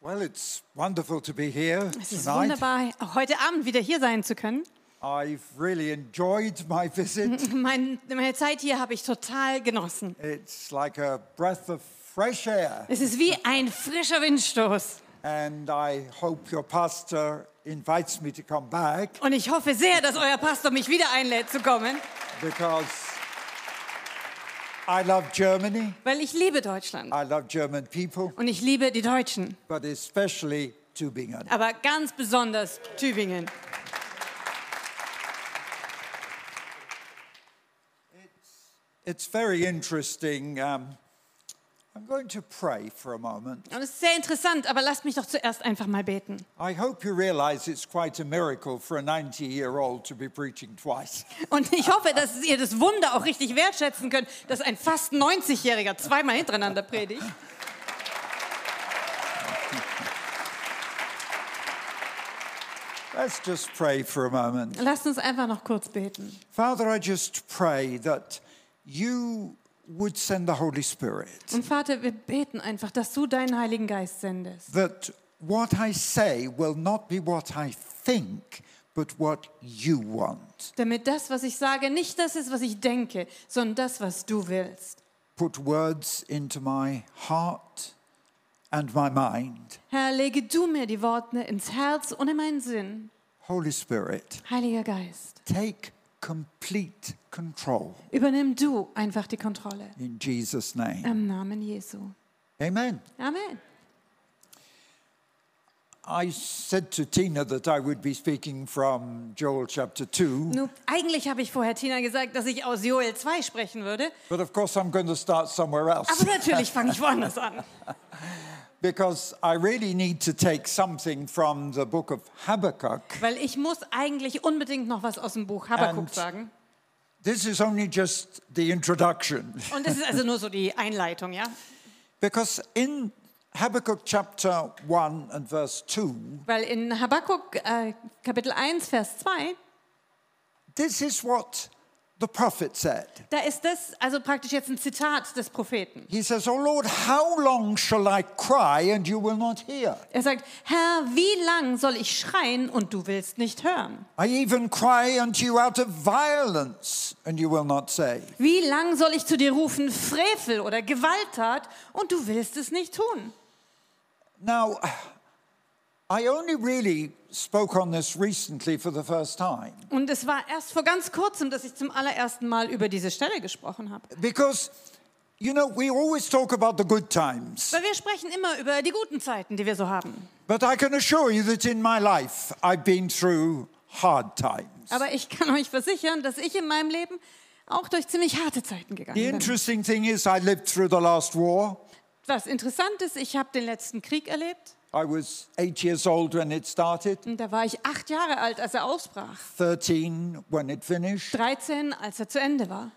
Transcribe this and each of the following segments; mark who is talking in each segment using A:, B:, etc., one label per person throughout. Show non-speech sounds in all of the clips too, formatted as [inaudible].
A: Well, it's wonderful to be here
B: Es ist
A: tonight.
B: wunderbar, auch heute Abend wieder hier sein zu können.
A: I've really enjoyed my
B: [laughs]
A: visit.
B: Mein, meine Zeit hier habe ich total genossen.
A: It's like a breath of fresh air.
B: Es ist wie ein frischer Windstoß.
A: And I hope your pastor invites me to come back
B: Und ich hoffe sehr, dass euer Pastor mich wieder einlädt zu kommen,
A: because I love Germany.
B: weil ich liebe Deutschland.
A: I love German people,
B: Und ich liebe die Deutschen,
A: but especially Tübingen.
B: aber ganz besonders Tübingen.
A: It's very interesting. Um, I'm going to pray for a moment.
B: Und es ist sehr interessant, aber lasst mich doch zuerst einfach mal beten.
A: I hope you realize it's quite a miracle for a 90 year old to be preaching twice.
B: Und ich hoffe, dass ihr das Wunder auch richtig wertschätzen könnt, dass ein fast 90-Jähriger zweimal hintereinander predigt.
A: Let's just pray for a moment.
B: Lasst uns einfach noch kurz beten.
A: Father, I just pray that you would send the Holy Spirit,
B: Und Vater, wir beten einfach, dass du deinen Heiligen Geist sendest.
A: that what I say will not be what I think, but what you want.
B: Damit das, was ich sage, nicht das ist, was ich denke, sondern das, was du willst.
A: Put words into my heart and my mind.
B: Herr, lege du mir die Worte ins Herz und in meinen Sinn.
A: Holy Spirit,
B: Heiliger Geist,
A: take complete control
B: übernimm du einfach die Kontrolle.
A: in Jesus' name.
B: Im Namen Jesu.
A: Amen.
B: Amen.
A: I said to Tina that I would be speaking from Joel chapter 2,
B: Nun, eigentlich habe ich vorher Tina gesagt, dass ich aus Joel 2 sprechen würde,
A: but of course I'm going to start somewhere else [laughs]
B: aber natürlich fange ich woanders an.
A: because I really need to take something from the book of Habakkuk.
B: Weil ich muss eigentlich unbedingt noch was aus dem Buch Habakkuk
A: And-
B: sagen.
A: This is only just the introduction
B: Und das ist also nur so die Einleitung, ja?
A: because in Habakkuk chapter 1 and verse 2,
B: Weil in Habakkuk äh, Kapitel 1, Vers 2
A: this is what the prophet said.
B: Da ist das also praktisch jetzt ein Zitat des Propheten.
A: He says, Oh Lord, how long shall I cry and you will not hear?
B: Er sagt, Herr, wie lang soll ich schreien und du willst nicht hören?
A: I even cry unto you out of violence and you will not save.
B: Wie lang soll ich zu dir rufen, Frevel oder Gewalttat und du willst es nicht tun?
A: Now, I only really spoke on this recently for the first time
B: Und es war erst vor ganz kurzem, dass ich zum allerersten Mal über diese Stelle gesprochen habe.
A: because, you know, we always talk about the good times,
B: Weil wir sprechen immer über die guten Zeiten, die wir so haben.
A: but I can assure you that in my life I've been through hard times.
B: Aber ich kann euch versichern, dass ich in meinem Leben auch durch ziemlich harte Zeiten
A: The
B: gegangen bin.
A: interesting thing is, I lived through the last war.
B: Was interessant ist, ich habe den letzten Krieg erlebt.
A: I was eight years old when it started,
B: Und da war ich acht Jahre alt, als er ausbrach.
A: 13 when it finished,
B: 13, als er zu Ende war.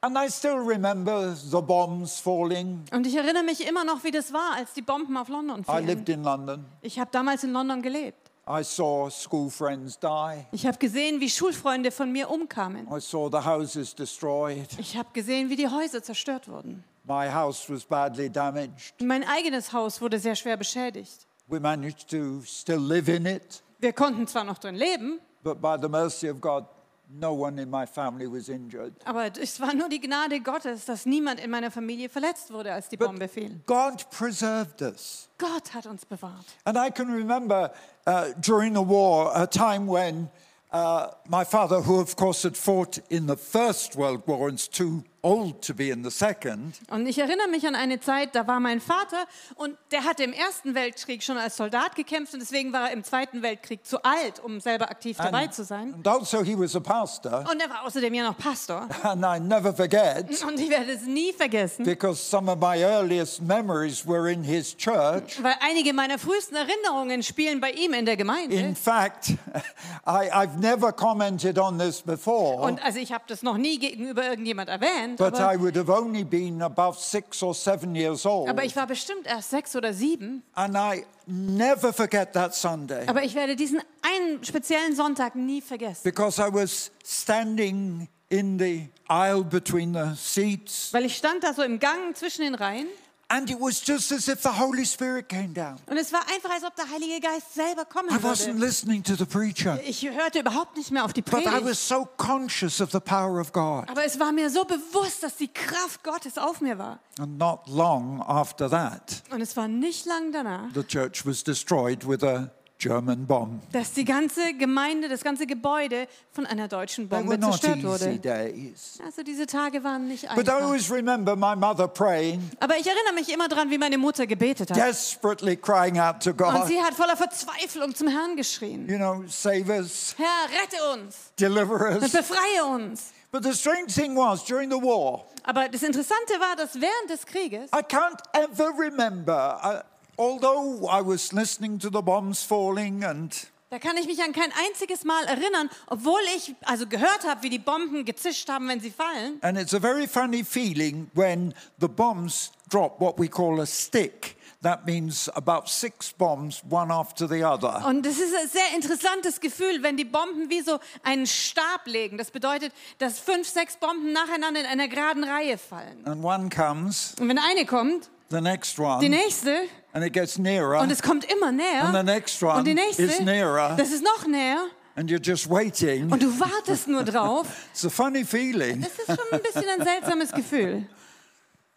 A: and I still remember the bombs falling.
B: Und ich erinnere mich immer noch, wie das war, als die Bomben auf London
A: I
B: fielen.
A: lived in London.
B: Ich habe damals in London gelebt.
A: I saw school friends die.
B: Ich habe gesehen, wie Schulfreunde von mir umkamen.
A: I saw the houses destroyed.
B: Ich habe gesehen, wie die Häuser zerstört wurden.
A: My house was badly damaged.
B: Mein eigenes Haus wurde sehr schwer beschädigt.
A: We managed to still live in it,
B: Wir konnten zwar noch drin leben,
A: but by the mercy of God, no one in my family was injured.
B: aber es war nur die Gnade Gottes, dass niemand in meiner Familie verletzt wurde, als die Bombe fiel.
A: God preserved us.
B: Gott hat uns bewahrt.
A: And I can remember uh, during the war a time when uh, my father, who of course had fought in the First World War and is too old to be in the Second,
B: Und ich erinnere mich an eine Zeit, da war mein Vater und der hatte im Ersten Weltkrieg schon als Soldat gekämpft und deswegen war er im Zweiten Weltkrieg zu alt, um selber aktiv dabei zu sein.
A: and also he was a pastor.
B: Und er war außerdem ja noch Pastor.
A: And I never forget
B: Und ich werde es nie vergessen,
A: because some of my earliest memories were in his church.
B: weil einige meiner frühesten Erinnerungen spielen bei ihm in der
A: In
B: Gemeinde.
A: fact, [laughs] I, I've never commented on this before,
B: Und also ich habe das noch nie gegenüber irgendjemand erwähnt,
A: but I
B: aber,
A: would have only been about six or seven years old.
B: aber ich war bestimmt erst sechs oder sieben.
A: And I never forget that Sunday
B: Aber ich werde diesen einen speziellen Sonntag nie vergessen,
A: because I was standing in the aisle between the seats
B: weil ich stand da so im Gang zwischen den Reihen
A: and it was just as if the Holy Spirit came down.
B: Und es war einfach, als ob der Heilige Geist selber kommen
A: I wasn't
B: würde.
A: listening to the preacher,
B: Ich hörte überhaupt nicht mehr auf die
A: but I was
B: Predigt.
A: so conscious of the power of God.
B: Aber es war mir so bewusst, dass die Kraft Gottes auf mir war.
A: And not long after that,
B: Und es war nicht lang danach,
A: the church was destroyed with a German bomb.
B: dass die ganze Gemeinde, das ganze Gebäude von einer deutschen
A: They were
B: Bombe
A: not
B: zerstört
A: easy
B: wurde.
A: days.
B: Also diese Tage waren nicht
A: But I
B: einfach.
A: always remember my mother praying,
B: Aber ich erinnere mich immer daran, wie meine Mutter gebetet
A: Uh,
B: hat.
A: desperately crying out to
B: Und
A: God,
B: sie hat voller Verzweiflung zum Herrn geschrien.
A: you know, save us,
B: Herr, rette uns
A: deliver
B: und
A: us.
B: befreie uns.
A: But the strange thing was, during the war,
B: Aber das Interessante war, dass während des Krieges,
A: I can't ever remember, I, although I was listening to the bombs falling and
B: da kann ich mich an kein einziges Mal erinnern, obwohl ich also gehört habe, wie die Bomben gezischt haben, wenn sie fallen.
A: And it's a very funny feeling when the bombs drop what we call a stick. That means about six bombs, one after the other.
B: Und es ist ein sehr interessantes Gefühl, wenn die Bomben wie so einen Stab legen. Das bedeutet, dass fünf, sechs Bomben nacheinander in einer geraden Reihe fallen.
A: And one comes,
B: Und wenn eine kommt,
A: the Oh, next
B: die
A: one,
B: nächste,
A: and it gets nearer,
B: und es kommt immer näher,
A: Ah, and the next
B: und
A: one
B: die nächste,
A: is nearer,
B: das ist noch näher,
A: and you're just waiting.
B: und du wartest nur drauf.
A: It's a funny feeling,
B: Das ist schon ein bisschen ein seltsames Gefühl.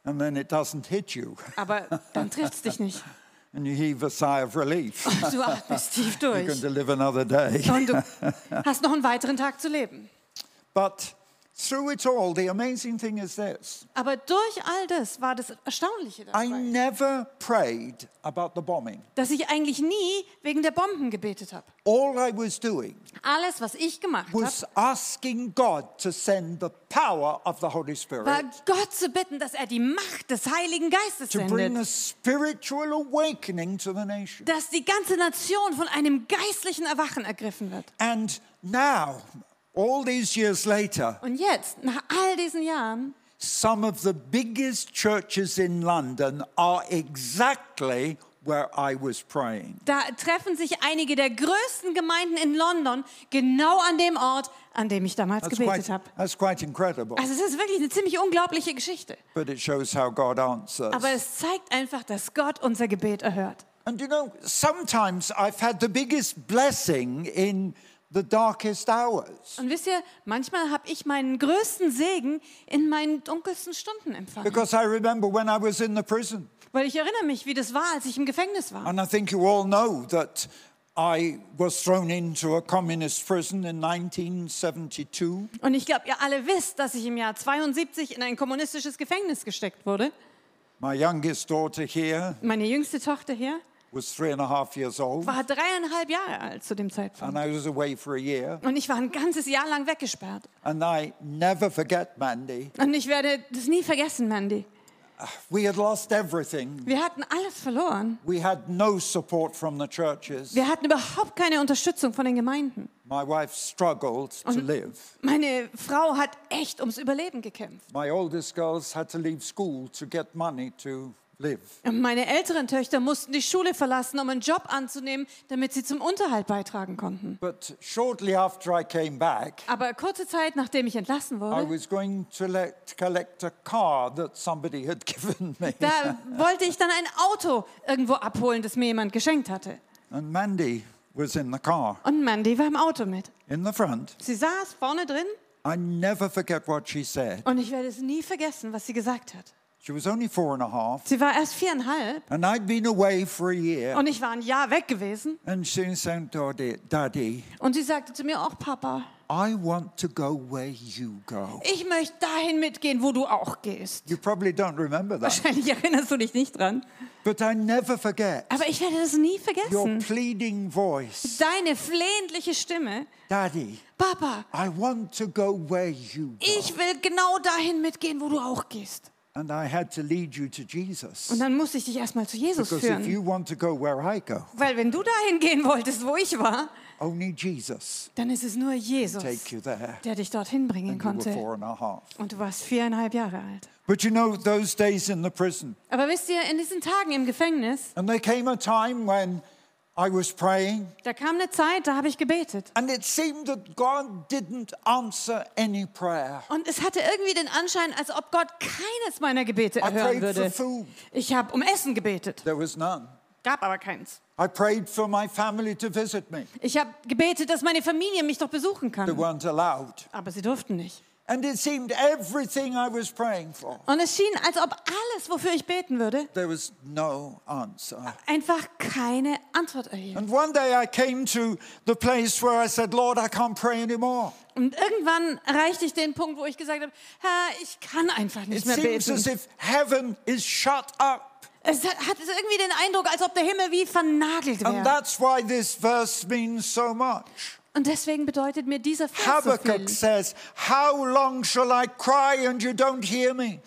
A: and then it doesn't hit you,
B: Aber dann trifft es dich nicht.
A: and you heave a sigh of relief.
B: Und du atmest tief
A: You're going
B: durch.
A: to live another day.
B: Und du hast noch einen weiteren Tag zu leben.
A: But through it all, the amazing thing is this
B: Aber durch all das war das Erstaunliche
A: I
B: dabei,
A: never prayed about the bombing.
B: dass ich eigentlich nie wegen der Bomben gebetet habe.
A: All I was doing
B: Alles, was ich gemacht habe,
A: was asking God to send the power of the Holy
B: war
A: Spirit
B: Gott zu bitten, dass er die Macht des Heiligen Geistes
A: to bring
B: sendet.
A: a spiritual awakening to the nation.
B: Dass die ganze Nation von einem geistlichen Erwachen ergriffen wird.
A: And now, all these years later,
B: Und jetzt, nach all diesen Jahren,
A: some of the biggest churches in London are exactly where I was praying.
B: Da treffen sich einige der größten Gemeinden in London genau an dem Ort, an dem ich damals
A: That's
B: gebetet
A: quite,
B: habe.
A: that's quite incredible,
B: Also es ist wirklich eine ziemlich unglaubliche Geschichte.
A: but it shows how God answers.
B: Aber es zeigt einfach, dass Gott unser Gebet erhört.
A: And you know, sometimes I've had the biggest blessing in the darkest hours.
B: Und wisst ihr, manchmal habe ich meinen größten Segen in meinen dunkelsten Stunden empfangen.
A: Because I remember when I was in the prison,
B: Weil ich erinnere mich, wie das war, als ich im Gefängnis war.
A: and I think you all know that I was thrown into a communist prison in 1972.
B: Und ich glaube, ihr alle wisst, dass ich im Jahr 72 in ein kommunistisches Gefängnis gesteckt wurde.
A: My youngest daughter here
B: Meine jüngste Tochter hier
A: was three and a half years old,
B: war dreieinhalb Jahre alt zu dem Zeitpunkt.
A: and I was away for a year.
B: Und ich war ein ganzes Jahr lang weggesperrt.
A: And I never forget, Mandy,
B: Und ich werde das nie vergessen, Mandy.
A: we had lost everything.
B: Wir hatten alles verloren.
A: We had no support from the churches.
B: Wir hatten überhaupt keine Unterstützung von den Gemeinden.
A: My wife struggled to live.
B: Meine Frau hat echt ums Überleben gekämpft.
A: My oldest girls had to leave school to get money to live.
B: Und meine älteren Töchter mussten die Schule verlassen, um einen Job anzunehmen, damit sie zum Unterhalt beitragen konnten.
A: But shortly after I came back,
B: Aber kurze Zeit nachdem ich entlassen
A: I
B: wurde,
A: was going to let, collect a car that somebody had [laughs] given me.
B: da wollte ich dann ein Auto irgendwo abholen, das mir jemand geschenkt hatte.
A: And Mandy was in the car,
B: Und Mandy war im Auto mit.
A: in the front.
B: Sie saß vorne drin
A: I never forget what she said.
B: und ich werde es nie vergessen, was sie gesagt hat.
A: She was only four and a half,
B: Sie war erst viereinhalb
A: and I'd been away for a year.
B: und ich war ein Jahr weg gewesen.
A: And she said, Daddy, Daddy,
B: Und sie sagte zu mir, auch Papa,
A: I want to go where you go.
B: ich möchte dahin mitgehen, wo du auch gehst.
A: You probably don't remember [laughs] that,
B: Wahrscheinlich erinnerst du dich nicht dran.
A: but I never forget
B: Aber ich werde das nie
A: your
B: vergessen.
A: pleading voice.
B: Deine flehentliche Stimme,
A: Daddy,
B: Papa,
A: I want to go where you go.
B: ich will genau dahin mitgehen, wo du auch gehst.
A: And I had to lead you to Mm, Jesus.
B: Und dann musste ich dich erstmal zu Jesus
A: Because if
B: führen.
A: you want to go where I go,
B: Weil wenn du dahin gehen wolltest, wo ich war,
A: only Jesus
B: dann ist es nur Jesus,
A: take you there.
B: der dich dorthin bringen
A: And you were
B: konnte.
A: four and a half.
B: Und du warst viereinhalb Jahre alt.
A: But you know, those days in the prison,
B: Aber wisst ihr, in diesen Tagen im Gefängnis,
A: and there came a time when I was praying,
B: Da kam eine Zeit, da habe ich gebetet.
A: and it seemed that God didn't answer any prayer.
B: Und es hatte irgendwie den Anschein, als ob Gott keines meiner Gebete
A: I
B: erhören
A: prayed for
B: würde.
A: food,
B: Ich habe um Essen gebetet,
A: there was none.
B: gab aber keins.
A: I prayed for my family to visit me,
B: Ich habe gebetet, dass meine Familie mich doch besuchen
A: they
B: kann.
A: weren't allowed.
B: Aber sie durften nicht.
A: And it seemed everything I was praying for,
B: Und es schien, als ob alles, wofür ich beten würde,
A: there was no answer.
B: einfach keine Antwort erhielt.
A: And one day I came to the place where I said, Lord, I can't pray anymore.
B: Und irgendwann erreichte ich den Punkt, wo ich gesagt habe, Herr, ich kann einfach
A: It
B: nicht mehr
A: seems as
B: beten.
A: if heaven is shut up.
B: Es hat hat irgendwie den Eindruck, als ob der Himmel wie vernagelt
A: And
B: wäre.
A: that's why this verse means so much.
B: Und deswegen bedeutet mir dieser Vers so viel.
A: Habakkuk says, How long shall I cry and you don't hear me?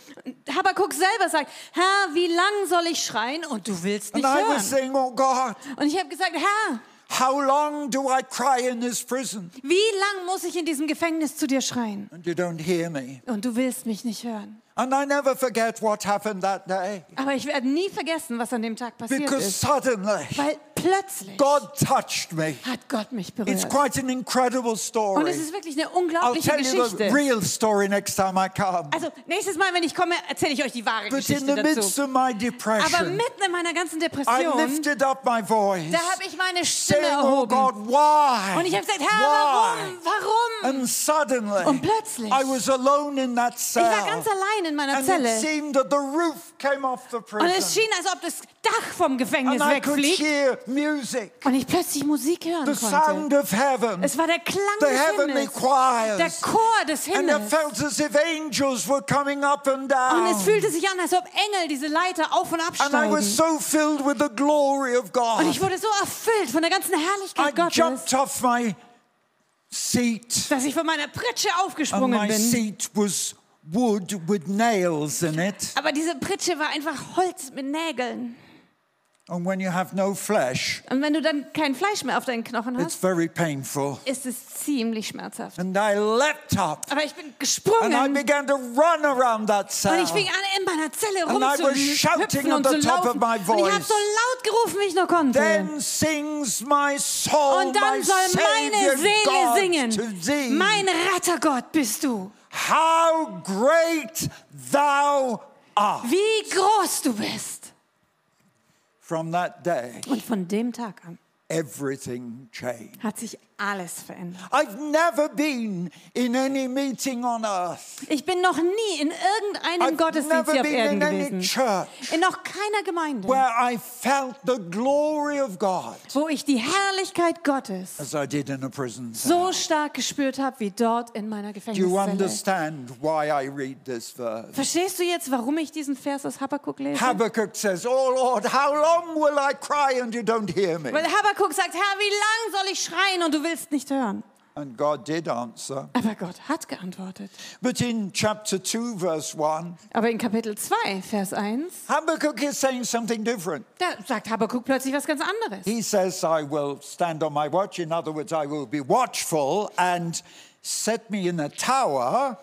B: Habakkuk selber sagt, Herr, wie lang soll ich schreien und du willst
A: And
B: nicht
A: I was
B: hören?
A: saying, Oh God,
B: Und ich habe gesagt, Herr,
A: how long do I cry in this prison?
B: wie lang muss ich in diesem Gefängnis zu dir schreien?
A: And you don't hear me.
B: Und du willst mich nicht hören.
A: And I never forget what happened that day
B: Aber ich werde nie vergessen, was an dem Tag passiert
A: because
B: ist.
A: suddenly
B: Weil plötzlich
A: God touched me.
B: hat Gott mich
A: It's
B: berührt.
A: quite an incredible
B: Und
A: story.
B: es ist wirklich eine
A: I'll
B: unglaubliche
A: tell you the
B: Geschichte.
A: real story next time I come.
B: Also nächstes Mal, wenn ich komme, erzähle ich euch die wahre
A: But in
B: Geschichte
A: the midst
B: dazu.
A: of my
B: Aber
A: depression,
B: mitten in meiner ganzen
A: I
B: Depression,
A: lifted up my voice,
B: da habe ich meine Stimme
A: saying, Oh
B: erhoben.
A: God, why?
B: Und ich habe gesagt, Herr,
A: why?
B: warum? Warum?
A: And suddenly,
B: Und plötzlich-
A: I was alone in that
B: Ich
A: cell.
B: war ganz allein in meiner
A: and it
B: Zelle.
A: seemed that the roof came off the
B: Und es
A: prison.
B: schien, als ob das Dach vom Gefängnis
A: And I could
B: wegfliegt.
A: hear music,
B: Und ich plötzlich Musik hören
A: the
B: konnte.
A: sound of heaven,
B: Es war der Klang
A: the
B: des
A: heavenly
B: Himmels. Der
A: choirs.
B: Chor des
A: And it
B: Himmels.
A: felt as if angels were coming up and
B: Und
A: down.
B: es fühlte sich an, als ob Engel diese Leiter auf- und
A: And I was so
B: absteigen.
A: filled with the glory of
B: Und
A: God.
B: ich wurde so erfüllt von der ganzen Herrlichkeit
A: I
B: Gottes,
A: jumped off my seat,
B: dass ich von meiner Pritsche
A: and
B: aufgesprungen
A: my
B: bin.
A: seat was wood with nails in it.
B: Aber diese Pritsche war einfach Holz mit Nägeln.
A: And when you have no flesh,
B: Und wenn du dann kein Fleisch mehr auf deinen Knochen
A: it's
B: hast,
A: very painful.
B: ist es ziemlich schmerzhaft.
A: And I leapt up
B: Aber ich bin
A: and I
B: gesprungen
A: began to run around that
B: Und
A: cell.
B: ich fing an, in meiner Zelle
A: And I was shouting
B: rumzuhüpfen
A: at
B: und zu
A: the top of
B: laufen.
A: my
B: Und ich habe
A: voice.
B: so laut gerufen, wie ich nur konnte.
A: Then sings my soul,
B: und
A: my
B: dann soll
A: Savior
B: meine
A: God
B: Seele
A: to thee.
B: singen. Mein Rettergott bist du.
A: How great thou art.
B: Wie groß du bist.
A: From that day,
B: Und von dem Tag an
A: everything changed.
B: hat sich alles verändert.
A: I've never been in any meeting on earth.
B: Ich bin noch nie in irgendeinem
A: I've
B: Gottesdienst
A: never
B: hier auf
A: been
B: Erden
A: in any
B: gewesen.
A: church
B: In noch keiner Gemeinde,
A: where I felt the glory of God
B: wo ich die Herrlichkeit Gottes
A: as I did in a prison cell.
B: so stark gespürt habe, wie dort in
A: Do
B: meiner
A: you
B: Gefängniszelle.
A: understand why I read this verse?
B: Verstehst du jetzt, warum ich diesen Vers aus Habakkuk lese?
A: Habakkuk says, Oh Lord, how long will I cry and you don't hear me?
B: Weil Habakkuk sagt, Herr, wie lang soll ich schreien und du willst nicht hören?
A: And God did answer.
B: Aber Gott hat geantwortet.
A: But in chapter 2, verse 1,
B: Aber in Kapitel 2, Vers 1,
A: Habakkuk is saying something different.
B: da sagt Habakkuk plötzlich was ganz anderes.
A: He says, I will stand on my watch. In other words, I will be watchful and set me in a tower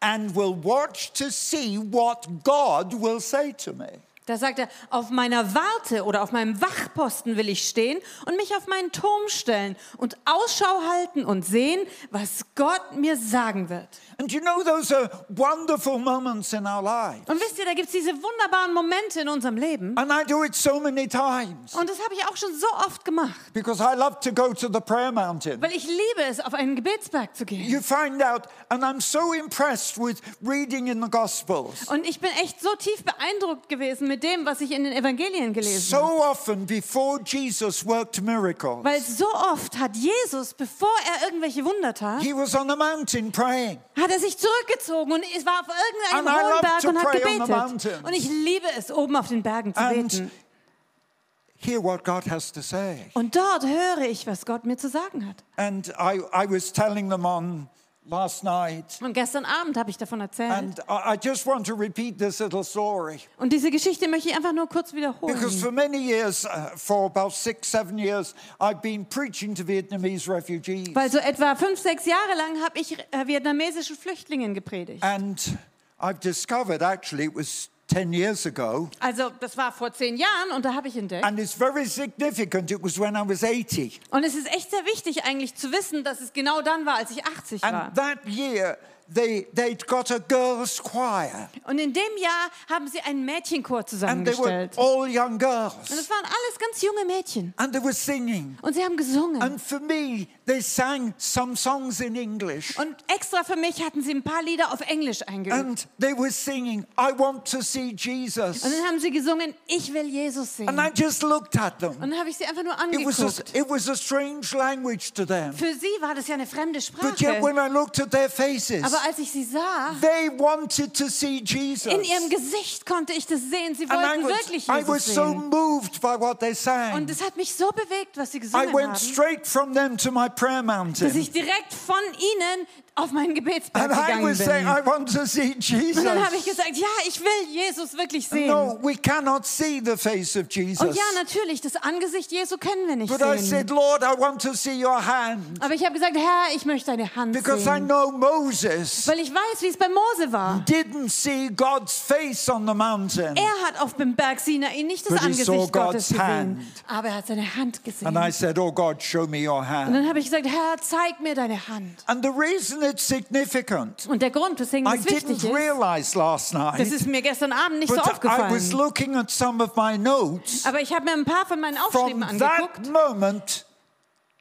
A: and will watch to see what God will say to me.
B: Da sagt er, auf meiner Warte oder auf meinem Wachposten will ich stehen und mich auf meinen Turm stellen und Ausschau halten und sehen, was Gott mir sagen wird.
A: And you know, those are wonderful moments in our life.
B: Und wisst ihr, da gibt es diese wunderbaren Momente in unserem Leben.
A: And I do it so many times
B: Und das habe ich auch schon so oft gemacht,
A: because I love to go to the prayer mountain.
B: weil ich liebe es, auf einen Gebetsberg zu gehen.
A: You find out, and I'm so impressed with reading in the Gospels.
B: Und ich bin echt so tief beeindruckt gewesen mit dem, was ich in den Evangelien gelesen habe.
A: So often before Jesus worked miracles,
B: Weil so oft hat Jesus, bevor er irgendwelche Wunder tat,
A: he was on a mountain praying.
B: hat er sich zurückgezogen und es war auf
A: And
B: irgendeinem
A: I love
B: hohen Berg
A: to
B: und hat
A: pray on the mountains.
B: gebetet. Und ich liebe es, oben auf den Bergen zu
A: And-
B: beten.
A: hear what God has to say.
B: Und dort höre ich, was Gott mir zu sagen hat.
A: And I, I was telling them on last night,
B: Und gestern Abend habe ich davon erzählt.
A: and I, I just want to repeat this little story
B: Und diese Geschichte möchte ich einfach nur kurz
A: because
B: wiederholen.
A: for many years, uh, for about six, seven years, I've been preaching to Vietnamese refugees.
B: Weil so etwa fünf, sechs Jahre lang habe ich äh, vietnamesischen Flüchtlingen gepredigt.
A: And I've discovered actually it was 10 years ago,
B: Also das war vor zehn Jahren und da habe ich entdeckt.
A: and it's very significant. It was when I was 80.
B: Und es ist echt sehr wichtig eigentlich zu wissen, dass es genau dann war, als ich 80 war.
A: And that year, they, they'd got a girls' choir,
B: Und in dem Jahr haben sie einen Mädchenchor
A: and they were
B: zusammengestellt. Und
A: all young girls,
B: es waren alles ganz junge Mädchen.
A: and they were singing.
B: Und sie haben gesungen.
A: And for me, they sang some songs in English.
B: Und extra für mich hatten sie ein paar Lieder auf Englisch eingeübt.
A: And they were singing, I want to see
B: Und
A: Jesus.
B: dann haben sie gesungen, ich will Jesus sehen.
A: And I just looked at them.
B: Und dann habe ich sie einfach nur
A: It was,
B: angeguckt.
A: a, it was a strange language to them.
B: Für sie war das ja eine fremde
A: But yet,
B: Sprache.
A: when I looked at their faces,
B: Aber als ich sie sah,
A: they wanted to see Jesus.
B: in ihrem Gesicht konnte ich das sehen. Sie
A: And I
B: wollten
A: was,
B: wirklich
A: I was
B: Jesus
A: so
B: sehen.
A: moved by what they
B: Und
A: sang.
B: es hat mich so bewegt, was sie
A: I
B: gesungen
A: went
B: haben,
A: straight from them to my prayer
B: dass
A: mountain.
B: ich direkt von ihnen auf meinen Gebetsberg
A: And I
B: gegangen
A: was saying,
B: bin.
A: I want to see
B: Und dann habe ich
A: Jesus.
B: gesagt, ja, ich will Jesus wirklich sehen.
A: No, we cannot see the face of
B: Und
A: Jesus.
B: ja, natürlich, das Angesicht Jesu können wir nicht
A: But I
B: sehen.
A: said, Lord, I want to see your hand.
B: Aber ich habe gesagt, Herr, ich möchte deine Hand
A: Because I
B: sehen.
A: know Moses
B: Weil ich weiß, wie es bei Mose war.
A: didn't see God's face on the mountain.
B: Er hat auf dem Berg Sinai nicht das
A: But he saw
B: Angesicht
A: God's
B: Gottes gesehen,
A: hand.
B: aber er hat seine Hand gesehen.
A: And I said, Oh God, show me your
B: Und
A: hand.
B: dann habe ich gesagt, Herr, zeig mir deine Hand.
A: And the reason it's significant,
B: Und der Grund, weswegen
A: I
B: das wichtig
A: didn't
B: ist,
A: realize last
B: das
A: night,
B: ist mir gestern Abend nicht so
A: but I was
B: aufgefallen.
A: looking at some of my notes
B: Aber ich habe mir ein paar von meinen
A: from
B: Aufschrieben
A: that
B: angeguckt,
A: moment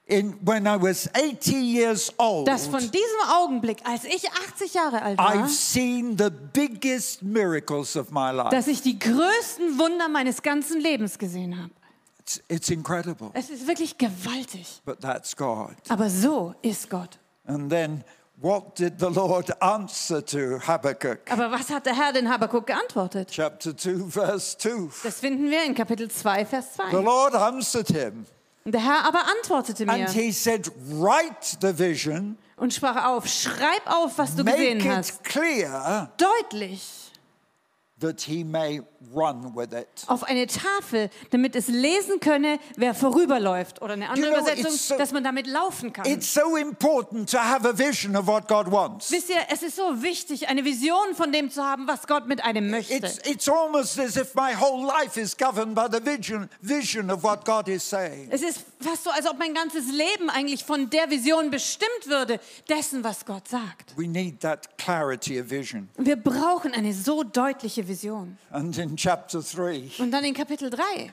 A: in, when I was 80 years old.
B: dass von diesem Augenblick, als ich 80 Jahre alt war,
A: I've seen the biggest miracles of my life.
B: dass ich die größten Wunder meines ganzen Lebens gesehen habe.
A: It's, it's incredible,
B: Es ist wirklich gewaltig.
A: but that's God.
B: Aber so ist Gott.
A: And then what did the Lord answer to Habakkuk?
B: Aber was hat der Herr den Habakuk geantwortet?
A: Chapter 2, verse 2.
B: Das finden wir in Kapitel 2, Vers
A: The
B: 2.
A: Lord answered him,
B: Und der Herr aber antwortete
A: and
B: mir
A: he said, Write the vision,
B: und sprach auf, schreib auf, was du
A: make
B: gesehen
A: it
B: hast.
A: clear
B: Deutlich
A: that he may run with it.
B: auf eine Tafel, damit es lesen könne, wer vorüberläuft. Oder eine andere
A: You know,
B: Übersetzung,
A: it's so-
B: dass man damit laufen kann.
A: It's so important to have a vision of what God wants.
B: Wisst ihr, es ist so wichtig, eine Vision von dem zu haben, was Gott mit einem möchte.
A: It's, it's almost as if my whole life is governed by the vision, vision of what God is saying.
B: Es ist fast so, als ob mein ganzes Leben eigentlich von der Vision bestimmt würde, dessen, was Gott sagt.
A: We need that clarity of vision.
B: Wir brauchen eine so deutliche Vision.
A: And in chapter 3,
B: Und dann in Kapitel 3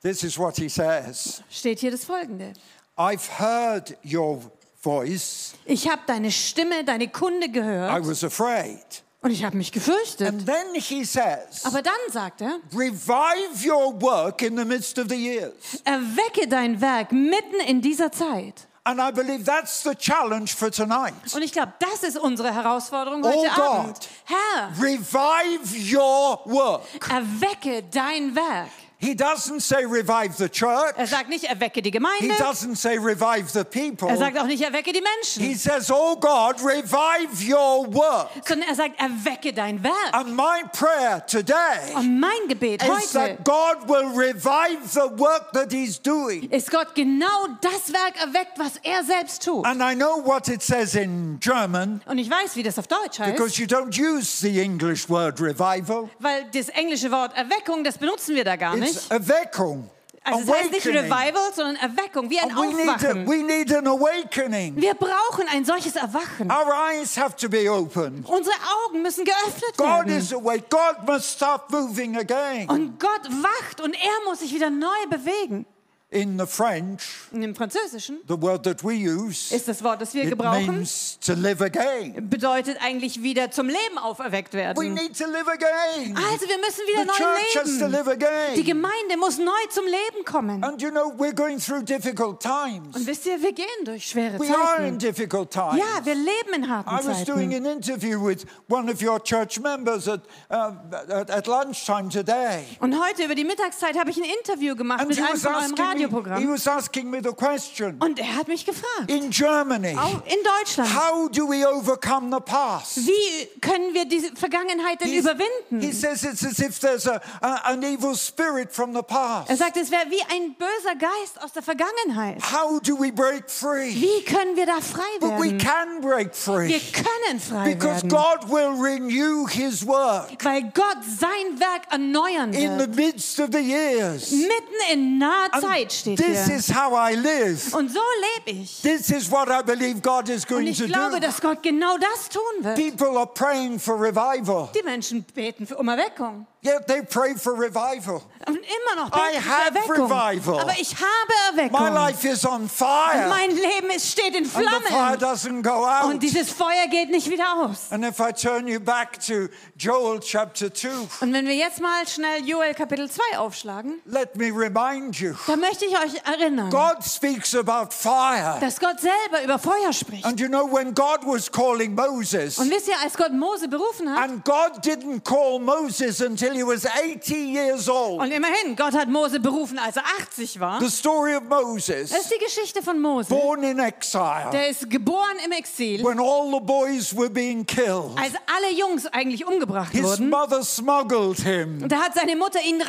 A: this is what he says.
B: steht hier das Folgende.
A: I've heard your voice.
B: Ich habe deine Stimme, deine Kunde
A: I
B: gehört
A: was afraid.
B: und ich habe mich gefürchtet.
A: And then he says,
B: Aber dann sagt er,
A: Revive your work in the midst of the years.
B: erwecke dein Werk mitten in dieser Zeit.
A: And I believe that's the challenge for tonight.
B: Und ich glaube, das ist unsere Herausforderung heute
A: Oh Gott.
B: Abend. Herr,
A: Revive your work.
B: erwecke dein Werk.
A: He doesn't say revive the church,
B: Er sagt nicht, erwecke
A: he
B: die Gemeinde.
A: doesn't say revive the people.
B: Er sagt auch nicht, erwecke die Menschen.
A: He says, Oh God, revive your work.
B: sondern er sagt, erwecke dein Werk.
A: And my prayer today
B: Und mein Gebet
A: is
B: heute
A: that God will revive the work that He's doing.
B: ist Gott genau das Werk erweckt, was er selbst tut.
A: And I know what it says in German
B: Und ich weiß, wie das auf Deutsch heißt,
A: because you don't use the English word revival.
B: weil das englische Wort Erweckung, das benutzen wir da gar
A: It's
B: Ah, nicht.
A: Erweckung.
B: Also es heißt nicht
A: Awakening.
B: Revival, sondern Erweckung, wie ein
A: And we, need a,
B: Aufwachen.
A: we need an awakening.
B: Wir brauchen ein solches Erwachen.
A: Our eyes have to be open.
B: Unsere Augen müssen geöffnet
A: God
B: werden.
A: is awake. God must start moving again.
B: Und Gott wacht und er muss sich wieder neu bewegen.
A: In the French,
B: Und im Französischen
A: the word that we use,
B: ist das Wort, das wir
A: it
B: gebrauchen,
A: means to live again.
B: bedeutet eigentlich wieder zum Leben auferweckt
A: We
B: werden.
A: need to live again.
B: Also Mm. Ah, wir müssen wieder
A: The church
B: neu
A: has to
B: leben.
A: live
B: Die
A: again.
B: Gemeinde muss neu zum Leben kommen.
A: And you know, we're going through difficult times.
B: Und wisst ihr, wir gehen durch schwere
A: We are
B: Zeiten.
A: in difficult times.
B: Ja, wir leben in
A: I
B: harten
A: was doing
B: Zeiten.
A: an interview with one of your church members at, uh, at, at lunchtime today.
B: Und heute über die Mittagszeit habe ich ein Interview gemacht
A: And
B: mit
A: he
B: einem
A: was
B: von eurem
A: asking He
B: Radioprogramm.
A: was asking me the question
B: Und er hat mich gefragt,
A: in Germany,
B: auch in Deutschland,
A: how do we overcome the past?
B: wie können wir diese Vergangenheit denn
A: He's- He
B: überwinden?
A: says it's as if there's a, a- an evil spirit from the
B: Er
A: past.
B: sagt, es wäre wie ein böser Geist aus der Vergangenheit.
A: How do we break free?
B: Wie können wir da frei
A: But we
B: werden?
A: can break
B: Wir
A: free
B: können frei
A: because
B: werden,
A: God will renew his work
B: weil Gott sein Werk erneuern
A: in
B: wird.
A: the midst of the years.
B: Mitten in naher Zeit steht
A: This
B: hier.
A: is how I live.
B: Und so lebe ich.
A: This is what I believe God is
B: Und
A: going
B: ich
A: to
B: glaube,
A: do.
B: dass Gott genau das tun wird.
A: People are praying for revival,
B: Die Menschen beten für um Erweckung.
A: yet they pray for revival.
B: Und immer noch
A: I
B: beten
A: have
B: für Erweckung.
A: revival.
B: Aber ich habe Erweckung.
A: My life is on fire.
B: Und mein Leben ist, steht
A: and
B: in
A: the fire
B: Flammen.
A: doesn't go
B: Und
A: out.
B: dieses Feuer geht nicht wieder aus.
A: And if I turn you back to Joel chapter 2,
B: Und wenn wir jetzt mal schnell Joel Kapitel 2 aufschlagen,
A: let me remind you
B: da möchte ich euch erinnern,
A: God speaks about fire.
B: dass Gott selber über Feuer spricht.
A: And you know, when God was calling Moses,
B: Und wisst ihr, als Gott Mose berufen hat,
A: and God didn't call Moses until he was 80 years old.
B: und immerhin, Gott hat Mose berufen, als er 80 war,
A: The story of
B: das ist
A: Moses,
B: die Geschichte von Mose.
A: born in exile,
B: Der ist geboren im Exil,
A: when all the boys were being killed,
B: als alle Jungs eigentlich umgebracht
A: his
B: wurden.
A: mother smuggled him.
B: Und da hat seine Mutter ihn
A: He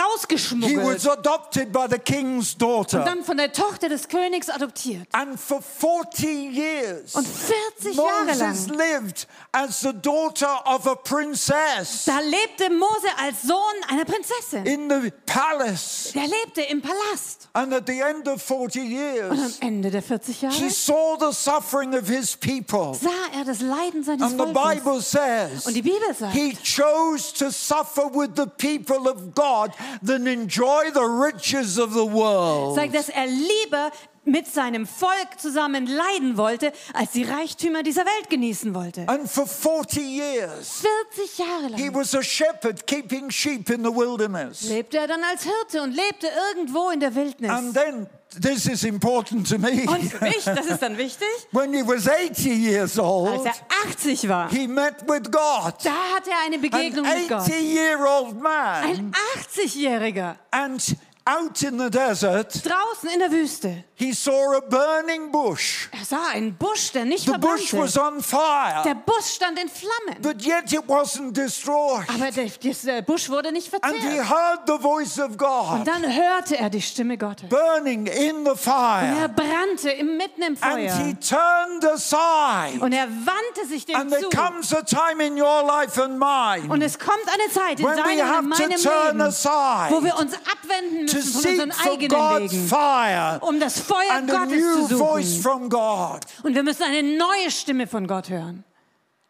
A: was
B: rausgeschmuggelt und
A: adopted by the king's daughter.
B: dann von der Tochter des Königs adoptiert.
A: And for 40 years,
B: Und 40 Jahre
A: Moses
B: lang,
A: lived as the daughter of a princess
B: da lebte Mose als Sohn einer Prinzessin.
A: in the palace.
B: Der lebte im Palast.
A: And at the end of 40
B: Und am
A: years,
B: Ende der 40
A: he
B: Jahre
A: saw the suffering of his people.
B: sah er das Leiden seines
A: And the
B: Volkes.
A: Bible says
B: Und die Bibel sagt,
A: he chose to suffer with the people of God than enjoy the riches of the world.
B: sagt, dass er lieber mit seinem Volk zusammen leiden wollte, als die Reichtümer dieser Welt genießen wollte.
A: And for 40 years,
B: 40 Jahre
A: he
B: lang
A: was a shepherd keeping sheep in the wilderness.
B: lebte er dann als Hirte und lebte irgendwo in der
A: And
B: Wildnis.
A: then, this is important to me.
B: Und [laughs] für mich, das ist dann wichtig,
A: [laughs] When he was 80 years
B: als
A: old,
B: er 80 war,
A: he met with God.
B: da hatte er eine
A: An
B: Begegnung mit Gott.
A: 80 year old man.
B: Ein 80-Jähriger
A: And out in the desert,
B: draußen in der Wüste.
A: he saw a burning bush.
B: Er sah einen Busch, der nicht
A: The bush was
B: verbrannte.
A: on fire,
B: Der Busch stand in Flammen.
A: but yet it wasn't destroyed.
B: Aber der, dieser Busch wurde nicht
A: And he
B: verzehrt.
A: heard the voice of
B: Und
A: God
B: dann hörte er die Stimme Gottes.
A: burning in the
B: Er
A: fire.
B: brannte im, mitten im
A: And he
B: Feuer.
A: turned aside.
B: Und er wandte sich dem
A: And there
B: zu.
A: comes a time in your life and mine
B: Und es kommt eine Zeit in
A: when we
B: seinem und in
A: have to
B: meinem
A: turn
B: Leben, wo
A: aside
B: wir uns abwenden
A: to
B: müssen von
A: seek
B: unseren
A: for
B: eigenen
A: God's
B: Wegen,
A: fire
B: um das Feuer
A: and a new
B: Gottes zu
A: voice
B: suchen.
A: from God.
B: Und wir müssen eine neue Stimme von Gott hören.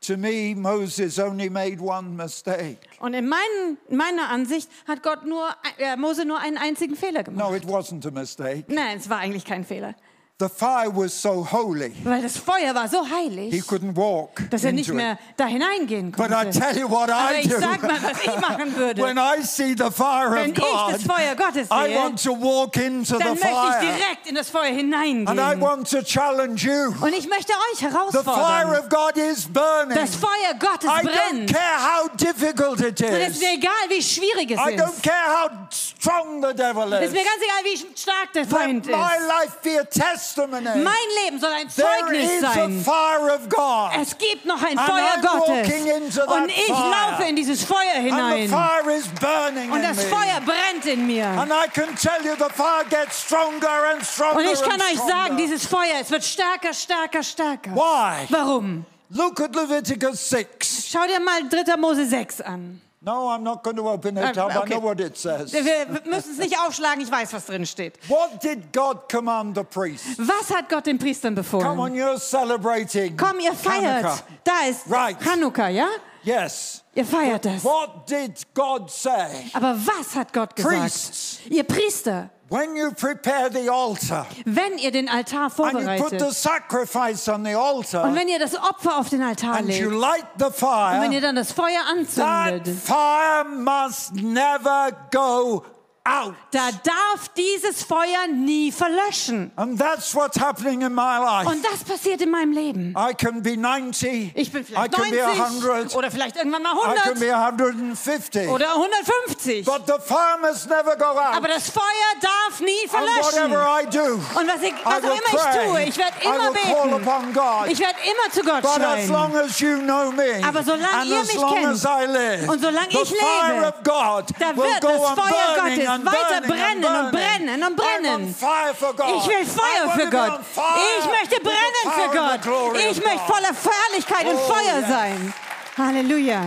A: To me, Moses only made one mistake.
B: Und in meinen, meiner Ansicht hat Gott nur, äh, Mose nur einen einzigen Fehler gemacht.
A: No, it wasn't a mistake.
B: Nein, es war eigentlich kein Fehler.
A: The fire was so holy,
B: Weil das Feuer war so
A: he
B: heilig,
A: couldn't walk
B: dass er nicht
A: into it.
B: mehr da hineingehen
A: But I
B: konnte.
A: tell you what
B: Aber
A: I
B: ich
A: do.
B: sag mal, was ich machen würde.
A: [laughs] When I see the fire
B: Wenn
A: of
B: ich das
A: God,
B: Feuer Gottes
A: I
B: sehe,
A: want to walk into the
B: dann möchte ich
A: fire.
B: direkt in das Feuer
A: And I
B: hineingehen.
A: want to challenge you.
B: Und ich möchte euch
A: The fire
B: herausfordern.
A: of God is burning.
B: Das Feuer Gottes
A: I don't
B: brennt.
A: care how difficult it
B: Und es ist
A: is.
B: mir egal, wie schwierig es
A: I don't
B: ist.
A: care how strong the devil
B: Es ist
A: is.
B: mir ganz egal, wie stark der
A: Let
B: Feind ist.
A: my life be a testimony.
B: Mein Leben soll ein
A: There
B: Zeugnis
A: is a
B: sein.
A: fire of God.
B: Es gibt noch ein
A: And
B: Feuer
A: I'm walking
B: Gottes.
A: into that
B: Und ich
A: fire.
B: laufe in dieses Feuer
A: And the
B: hinein.
A: fire is burning
B: Und
A: in
B: das
A: me.
B: Feuer brennt in mir.
A: And I can tell you the fire gets stronger and stronger
B: Und ich
A: and
B: kann euch
A: stronger.
B: sagen, dieses Feuer, es wird stärker, stärker, stärker.
A: Why?
B: Warum?
A: Look at Leviticus 6.
B: Schau dir mal 3. Mose 6 an.
A: No, I'm not going to open it
B: Uh,
A: up. I
B: okay.
A: know what it says.
B: Wir
A: [laughs]
B: müssen es nicht aufschlagen, ich weiß, was drin steht.
A: What did God command the priest?
B: Was hat Gott den Priestern
A: Come
B: befohlen?
A: on, you're celebrating.
B: Komm, ihr
A: Hanukkah.
B: feiert. Da ist
A: Right.
B: Hanukkah, ja?
A: Yes.
B: Ihr feiert das.
A: What did God say?
B: Aber was hat Gott
A: Priests.
B: gesagt? Ihr Priester,
A: When you prepare the altar
B: wenn ihr den Altar
A: and you put the
B: vorbereitet
A: sacrifice on the altar
B: und wenn ihr das Opfer auf den Altar
A: and you
B: legt
A: light the
B: und wenn
A: fire,
B: ihr dann das Feuer
A: that
B: anzündet,
A: fire must never go out.
B: Da darf dieses Feuer nie verlöschen.
A: And that's what's happening in my life.
B: Und das passiert in meinem Leben.
A: I can be 90.
B: Ich bin
A: I
B: vielleicht
A: can be 100.
B: 90 oder vielleicht irgendwann mal
A: I can be
B: 100
A: 150.
B: oder 150.
A: But the fire must never go out.
B: Aber das Feuer darf nie
A: And
B: verlöschen.
A: whatever I do,
B: Und was, ich,
A: I
B: was auch
A: will
B: immer ich
A: pray.
B: tue, ich werde
A: I
B: immer
A: will call upon God.
B: beten. Ich werde immer zu Gott
A: But as
B: schreien.
A: long as you know me,
B: Aber solange
A: and
B: ihr
A: as
B: mich
A: long
B: kennt
A: as I live,
B: und solange
A: the
B: ich lebe,
A: fire of God
B: da
A: will
B: wird
A: go
B: das
A: on
B: Feuer
A: burning
B: Gottes
A: and
B: weiter
A: burning and
B: brennen und brennen und
A: I'm on
B: brennen.
A: fire for God.
B: Ich will
A: I
B: Feuer
A: want
B: für
A: to be
B: Gott.
A: on fire
B: Ich möchte
A: with the
B: brennen für
A: power and the
B: Gott.
A: glory
B: Ich
A: of
B: möchte
A: God.
B: voller Feierlichkeit und
A: Oh,
B: Feuer
A: yes.
B: sein. Halleluja.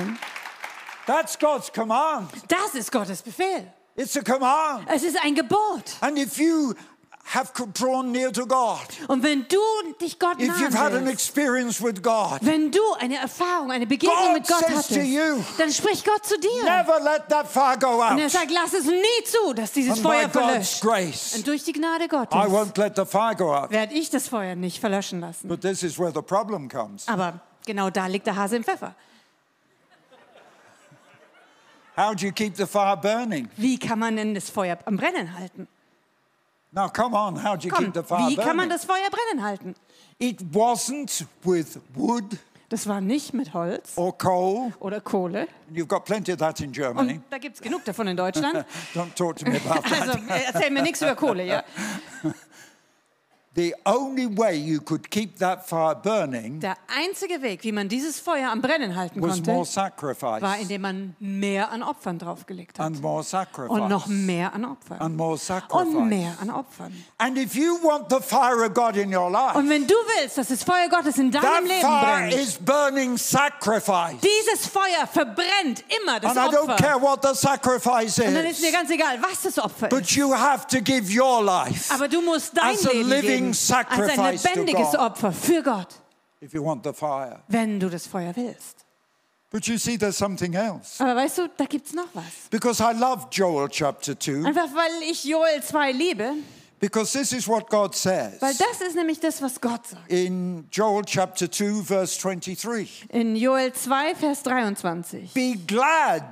A: That's God's command.
B: Das ist Gottes Befehl.
A: It's a command.
B: Es ist ein Gebot.
A: And if you have co- drawn near to God,
B: Und wenn du dich Gott
A: if you've had an
B: nahen willst,
A: experience with God,
B: wenn du eine Erfahrung, eine Begegnung
A: God
B: mit Gott
A: says to you,
B: hattest, dann spricht Gott zu dir.
A: never let that fire go out.
B: Und er sagt, lass es nie zu, dass dieses
A: And by
B: Feuer
A: God's
B: verlöscht.
A: grace,
B: Und durch die Gnade
A: I
B: Gottes
A: won't let the fire go out.
B: werde ich das Feuer nicht verlöschen lassen.
A: But this is where the problem comes.
B: Aber genau da liegt der Hase im Pfeffer.
A: How do you keep the fire burning?
B: Wie kann man denn das Feuer am Brennen halten?
A: Now, come on, how do you
B: Komm,
A: keep the fire
B: wie kann man
A: burning?
B: das Feuer brennen halten?
A: It wasn't with wood
B: Das war nicht mit Holz
A: or coal.
B: oder Kohle.
A: You've got plenty of that in Germany.
B: Und da gibt es genug davon
A: [laughs]
B: in Deutschland.
A: Don't talk [coughs] to me about that.
B: Also äh, erzähl mir nichts über Kohle, ja?
A: The only way you could keep that fire burning
B: Der einzige Weg, wie man dieses Feuer am Brennen halten
A: was more
B: konnte, war,
A: sacrifice
B: indem man mehr an Opfern draufgelegt hat.
A: and more
B: Und noch
A: sacrifice
B: mehr an Opfern.
A: and more
B: Und
A: sacrifice.
B: mehr an Opfern.
A: And if you want the fire of God in your life,
B: Und wenn du willst, dass das Feuer Gottes in deinem
A: that
B: Leben
A: fire
B: brennt,
A: is burning sacrifice.
B: dieses Feuer verbrennt immer das
A: And I don't care
B: Opfer.
A: what the sacrifice
B: Und dann ist mir
A: is,
B: ganz egal, was das Opfer ist.
A: but you have to give your life.
B: Aber du musst dein
A: As a
B: Leben
A: living
B: geben als ein
A: sacrifice to
B: lebendiges
A: God.
B: Opfer für Gott,
A: if you want the fire.
B: wenn du das Feuer willst.
A: But you see, there's something else.
B: Aber weißt du, da gibt's noch was.
A: Because I love Joel chapter 2,
B: Einfach weil ich Joel 2 liebe,
A: because this is what God says
B: weil das ist nämlich das, was Gott sagt.
A: in Joel chapter 2, verse 23.
B: In Joel 2, Vers 23.
A: Be glad,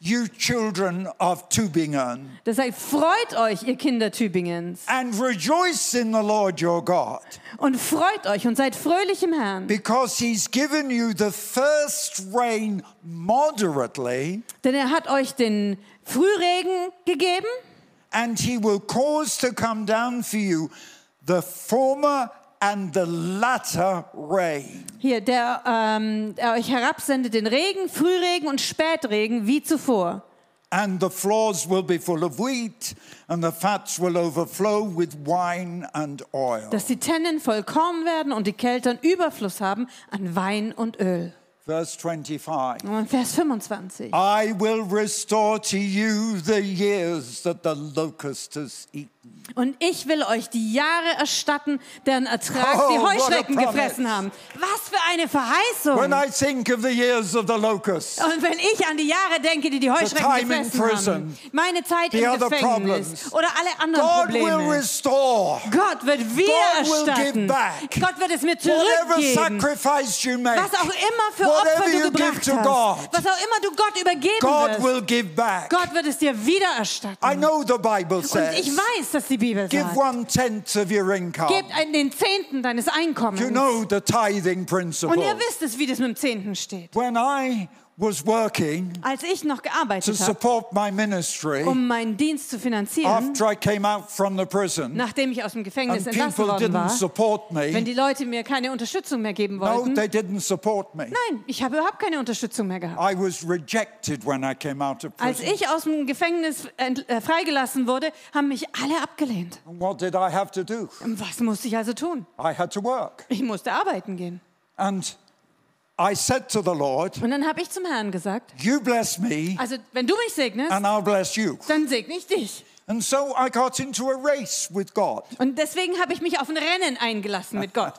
A: you children of Tübingen,
B: Das heißt, freut euch, ihr Kinder Tübingens,
A: and rejoice in the Lord your God,
B: und freut euch und seid fröhlich im Herrn.
A: because he's given you the first rain moderately,
B: Denn er hat euch den Frühregen gegeben
A: and he will cause to come down for you the former and the latter rain.
B: Hier, der ähm, der euch herabsendet den Regen, Frühregen und Spätregen wie zuvor.
A: And the floors will be full of wheat, and the fats will overflow with wine and oil.
B: Dass die Tennen vollkommen werden und die Keltern Überfluss haben an Wein und Öl.
A: Verse 25.
B: Und Vers 25.
A: I will restore to you the years that the locust has eaten.
B: Und ich will euch die Jahre erstatten, deren Ertrag
A: Oh,
B: die
A: what a
B: Heuschrecken
A: promise.
B: gefressen haben. Was für eine Verheißung!
A: When I think of the years of the locust,
B: und wenn ich an die Jahre denke, die die Heuschrecken
A: time in
B: gefressen
A: prison,
B: haben, meine Zeit
A: the
B: im
A: other
B: Gefängnis
A: problems,
B: oder alle anderen
A: God will
B: Probleme,
A: restore
B: Gott wird
A: God will
B: wiedererstatten.
A: give back.
B: Gott wird es mir
A: whatever
B: zurückgeben.
A: sacrifice you make.
B: Was auch immer für
A: Whatever
B: Opfer
A: you
B: du
A: give
B: gebracht hast,
A: to God,
B: was auch immer du Gott übergeben
A: God
B: wirst,
A: will give back.
B: Gott wird es dir wiedererstatten.
A: I know the Bible
B: Und ich
A: says
B: weiß, dass die Bibel
A: give
B: sagt,
A: one tenth of your income.
B: gebt einen den Zehnten deines Einkommens.
A: You know the tithing
B: Und er ihr
A: principle.
B: wisst es, wie das mit dem Zehnten steht.
A: When I was working
B: Als ich noch
A: to
B: gearbeitet habe,
A: support my ministry
B: um meinen Dienst zu finanzieren,
A: after I came out from the prison,
B: nachdem ich aus dem Gefängnis
A: and
B: entlassen
A: people
B: worden
A: didn't
B: war,
A: support
B: wenn
A: me,
B: die Leute mir keine Unterstützung mehr geben
A: no,
B: wollten,
A: they didn't support me.
B: nein, ich habe überhaupt keine Unterstützung mehr gehabt.
A: I was rejected when I came out of
B: Als
A: prison.
B: ich aus dem Gefängnis ent- äh, freigelassen wurde, haben mich alle abgelehnt.
A: And what did I have to do?
B: Und Was musste ich also tun?
A: I had to work.
B: Ich musste arbeiten gehen.
A: And I said to the Lord,
B: Und dann habe ich zum Herrn gesagt,
A: You bless me,
B: also wenn du mich segnest,
A: and I'll bless you.
B: dann segne ich dich.
A: And so I got into a race with God.
B: Und deswegen habe ich mich auf ein Rennen eingelassen mit
A: [laughs]
B: Gott.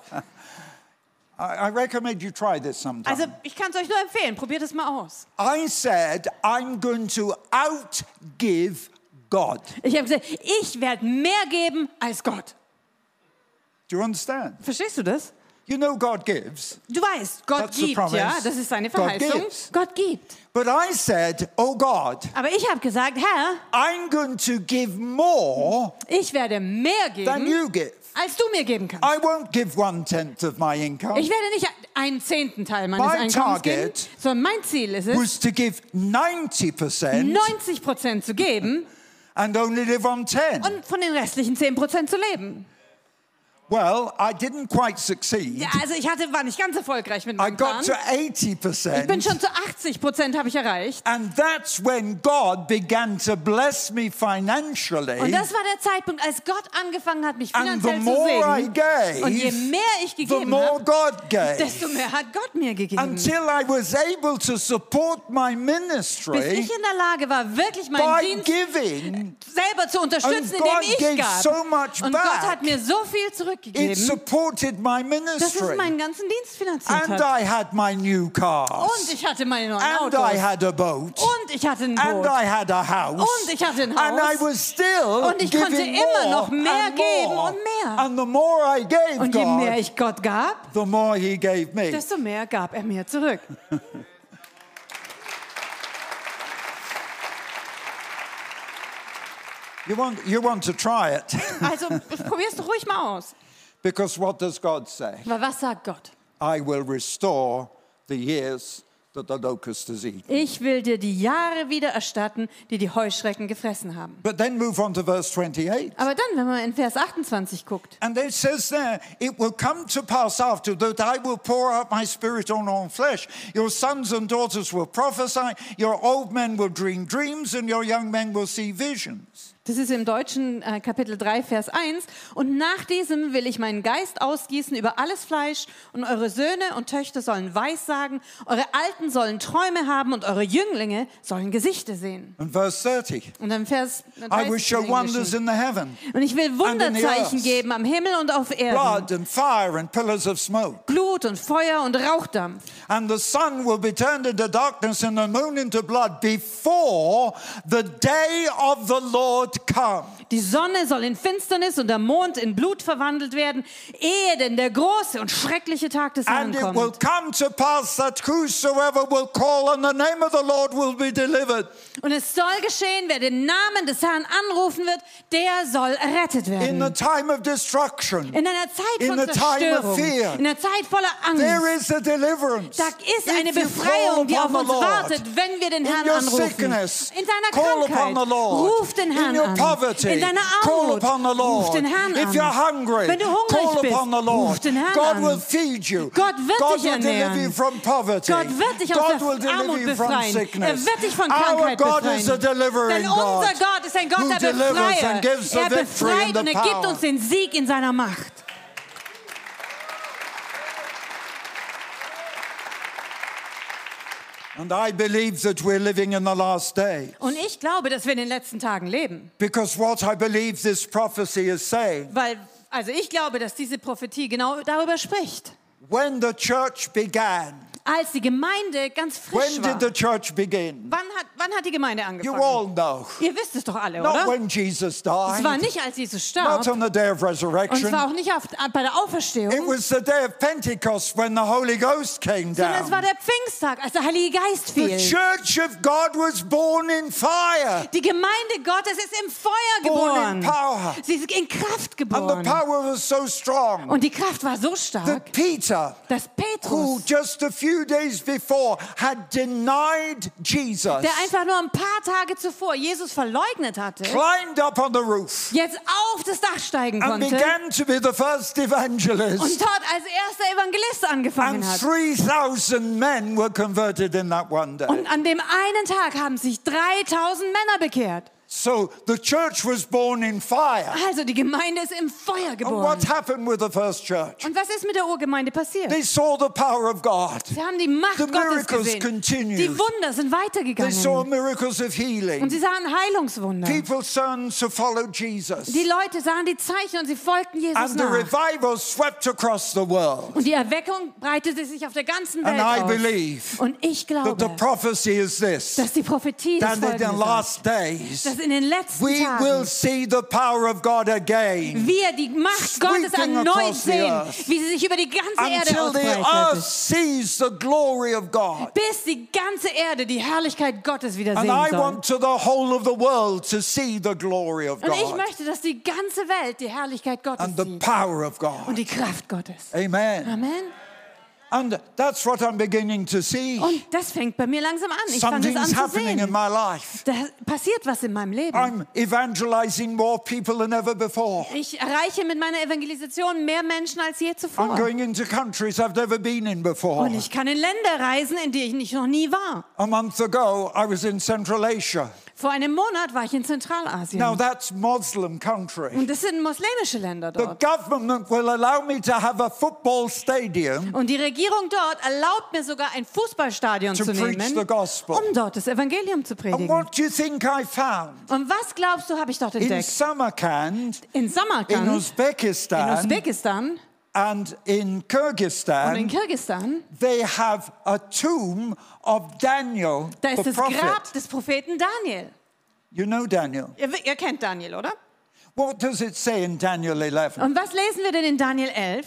A: I, I recommend you try this sometime.
B: Also ich kann es euch nur empfehlen, probiert es mal aus.
A: I said, I'm going to outgive God.
B: Ich habe gesagt, ich werde mehr geben als Gott.
A: Do you understand?
B: Verstehst du das?
A: You know God gives.
B: Du weißt, Gott
A: That's the
B: gibt, ja,
A: promise.
B: das ist seine
A: God
B: Verheißung.
A: gives.
B: Gott gibt.
A: But I said, Oh God,
B: Aber ich habe gesagt, Herr,
A: I'm going to give more
B: ich werde mehr
A: than
B: geben,
A: you give.
B: als du mir geben kannst.
A: I won't give one tenth of my income.
B: Ich werde nicht einen zehnten Teil meines
A: My
B: Einkommens geben,
A: target
B: sondern mein Ziel ist es,
A: Was to give 90%
B: 90 Prozent zu geben
A: and only live on 10.
B: und von den restlichen 10 Prozent zu leben.
A: Well, I didn't quite succeed.
B: Ja, also ich hatte, war nicht ganz erfolgreich mit
A: I
B: meinem
A: got
B: Plan.
A: to
B: Ich bin
A: 80%.
B: schon zu 80 Prozent habe ich erreicht.
A: And that's when God began to bless me
B: Und
A: financially.
B: das war der Zeitpunkt, als Gott angefangen hat, mich
A: And the
B: finanziell zu
A: more I
B: segnen. Und je
A: gave,
B: mehr ich
A: the
B: gegeben
A: more
B: habe,
A: God gave.
B: desto mehr hat Gott mir gegeben.
A: Until I was able to support my
B: Bis
A: ministry
B: ich in der Lage war, wirklich meinen
A: by
B: Dienst
A: giving,
B: selber zu unterstützen,
A: And God
B: indem ich
A: gave
B: gab.
A: so much
B: Und
A: back.
B: Gott hat mir so viel
A: it
B: zurückgegeben,
A: supported my
B: dass es
A: ministry.
B: meinen ganzen Dienst finanziert
A: And
B: hat.
A: I had my new
B: Und
A: cars.
B: ich hatte meine neuen
A: And I
B: Autos.
A: had a boat.
B: Und ich hatte ein
A: And
B: Boot.
A: I had a house.
B: Und ich hatte ein
A: And I
B: Haus.
A: was still
B: Und ich
A: giving
B: konnte
A: more
B: immer noch mehr
A: and
B: geben
A: more.
B: und mehr.
A: And the more I gave
B: Und je
A: God,
B: mehr ich Gott gab,
A: the more he gave me.
B: desto mehr gab er mir zurück.
A: You want, you want to try it. [laughs]
B: Also probier's doch ruhig mal aus.
A: because what does God say?
B: Aber was sagt Gott?
A: I will restore the years that the locust has eaten.
B: Ich will dir die Jahre wieder erstatten, die die Heuschrecken gefressen haben.
A: But then move on to verse 28.
B: Aber dann, wenn man in Vers 28 guckt,
A: And it says there, it will come to pass after that I will pour out my spirit on all flesh. Your sons and daughters will prophesy, your old men will dream dreams, and your young men will see visions.
B: das ist im Deutschen äh, Kapitel 3, Vers 1, und nach diesem will ich meinen Geist ausgießen über alles Fleisch, und eure Söhne und Töchter sollen Weissagen, eure Alten sollen Träume haben, und eure Jünglinge sollen Gesichter sehen.
A: And verse 30,
B: Und dann Vers
A: I will
B: 30
A: show
B: im
A: wonders
B: Englischen.
A: in the heaven,
B: Und ich will Wunderzeichen geben am Himmel und auf Erden,
A: blood and fire and pillars of smoke.
B: Blut und Feuer und Rauchdampf.
A: And the sun will be turned into darkness and the moon into blood before the day of the Lord comes.
B: Die Sonne soll in Finsternis und der Mond in Blut verwandelt werden, ehe denn der große und schreckliche Tag des Herrn
A: And it will
B: kommt.
A: come to pass that whosoever will call on the name of the Lord will be delivered.
B: Und es soll geschehen, wer den Namen des Herrn anrufen wird, der soll errettet
A: In
B: werden.
A: the time of destruction,
B: In einer Zeit
A: in
B: von
A: the time of
B: Zerstörung,
A: fear,
B: in einer Zeit voller
A: there
B: Angst,
A: is a deliverance.
B: da ist
A: If
B: eine
A: you call
B: Befreiung, die auf
A: upon
B: uns
A: the Lord,
B: wartet, wenn wir
A: in
B: den Herrn
A: your
B: anrufen.
A: sickness,
B: In deiner
A: call upon
B: Krankheit,
A: the Lord.
B: ruf den
A: In
B: Herrn
A: your
B: an.
A: poverty,
B: in deiner
A: call
B: Armut,
A: upon the Lord.
B: ruf den Herrn
A: If
B: an.
A: you're hungry,
B: wenn du
A: call
B: hungrig bist,
A: upon the Lord.
B: ruf den Herrn
A: God
B: an.
A: will feed you.
B: Gott wird
A: God
B: dich
A: will deliver
B: ernähren.
A: you from poverty.
B: Gott wird dich
A: God
B: aus
A: will
B: der
A: deliver
B: Armut
A: you from
B: befreien. Er
A: sickness.
B: wird dich von
A: Our
B: Krankheit
A: God
B: befreien.
A: is a delivering
B: Denn
A: God
B: unser Gott ist ein Gott,
A: who
B: der
A: delivers and
B: Befreier.
A: gives the
B: Er
A: victory and
B: befreit
A: the
B: und er gibt
A: power.
B: uns den Sieg in seiner Macht.
A: And I believe that we're living in the last day.
B: Und ich glaube, dass wir in den letzten Tagen leben.
A: Because what I believe this prophecy is saying,
B: Weil, also ich glaube, dass diese Prophetie genau darüber spricht.
A: when the church began,
B: Als die Gemeinde ganz frisch
A: when
B: war,
A: did the church begin?
B: wann hat, wann hat die Gemeinde
A: You
B: angefangen?
A: all know.
B: Ihr wisst es doch alle,
A: Not
B: oder?
A: when Jesus
B: Es war
A: died,
B: nicht, als Jesus
A: not
B: starb.
A: on the day of
B: Und es
A: resurrection.
B: war auch nicht auf, bei der
A: It
B: Auferstehung,
A: was the day of Pentecost when the Holy Ghost came
B: sondern es war
A: down.
B: der Pfingsttag, als der Heilige Geist
A: The
B: fiel.
A: church of God was born in fire,
B: Die Gemeinde Gottes ist im Feuer
A: born in
B: geboren.
A: power.
B: Sie ist in Kraft
A: And the
B: geboren.
A: power was so strong
B: Und die Kraft war so stark,
A: that Peter,
B: dass
A: who
B: Petrus,
A: just a few days before had denied Jesus,
B: der einfach nur ein paar Tage zuvor Jesus verleugnet hatte,
A: climbed up on the roof
B: jetzt auf das Dach steigen
A: and
B: konnte
A: began to be the first evangelist.
B: und dort als erster Evangelist
A: And
B: angefangen hat.
A: 3,000 men were converted in that one day.
B: Und an dem einen Tag haben sich 3000 Männer bekehrt.
A: So the church was born in fire.
B: Also die Gemeinde ist im Feuer
A: And what
B: geboren.
A: happened with the first church?
B: Und was ist mit der Urgemeinde passiert?
A: They saw the power of God.
B: Sie haben die Macht
A: The
B: Gottes
A: miracles
B: gesehen.
A: continued.
B: Die Wunder sind
A: They saw
B: weitergegangen.
A: miracles of
B: Und
A: healing.
B: sie sahen Heilungswunder.
A: People turned to follow Jesus.
B: Die Leute sahen die Zeichen und sie folgten Jesus
A: And the
B: nach.
A: revival swept across the world.
B: Und die Erweckung breitete sich auf der ganzen
A: And
B: Welt
A: I
B: aus.
A: believe
B: Und ich
A: that the
B: glaube,
A: prophecy is this
B: dass die Prophetie des
A: that in the
B: Folgenden sagt,
A: last days,
B: dass dass in den letzten
A: we will
B: Tagen
A: see the power of God again
B: wir die Macht Gottes
A: sweeping
B: erneut
A: across the
B: sehen,
A: earth.
B: wie sie sich über die ganze Erde
A: until the earth
B: ausbreitet,
A: sees the glory of God.
B: bis die ganze Erde die Herrlichkeit Gottes wieder
A: And
B: sehen
A: I
B: soll.
A: want to the whole of the world to see the glory of
B: Und ich
A: God
B: möchte, dass die ganze Welt die Herrlichkeit Gottes
A: and the
B: sieht
A: power of
B: und
A: God.
B: die Kraft Gottes.
A: Amen.
B: Amen.
A: And that's what I'm beginning to see.
B: Und das fängt bei mir langsam an. Ich fange das
A: Something's
B: an zu
A: happening in
B: sehen.
A: my life.
B: Da passiert was in meinem Leben.
A: I'm evangelizing more people than ever before.
B: Ich erreiche mit meiner Evangelisation mehr Menschen als je
A: I'm
B: zuvor.
A: going into countries I've never been in
B: Und
A: before.
B: ich kann in Länder reisen, in die ich nicht noch nie war.
A: A month ago, I was in Central Asia.
B: Vor einem Monat war ich in
A: Now,
B: Zentralasien.
A: that's Muslim country.
B: Und das sind muslimische Länder
A: The
B: dort.
A: government will allow me to have a football stadium
B: Und die Regierung dort erlaubt mir sogar ein Fußballstadion
A: To
B: zu
A: preach
B: nehmen,
A: the gospel.
B: um dort das Evangelium zu
A: And
B: predigen.
A: what do you think I found?
B: Und was glaubst du, habe ich dort
A: In
B: entdeckt?
A: Samarkand,
B: In
A: in
B: Samarkand, in
A: Uzbekistan,
B: Usbekistan
A: and in
B: und in
A: Kyrgyzstan,
B: Kirgisistan,
A: they have a tomb of Daniel,
B: da ist
A: the
B: das Grab
A: prophet.
B: des Propheten Daniel.
A: You know Daniel.
B: Ihr, ihr kennt Daniel, oder?
A: What does it say in Daniel 11?
B: Und was lesen wir denn in Daniel 11?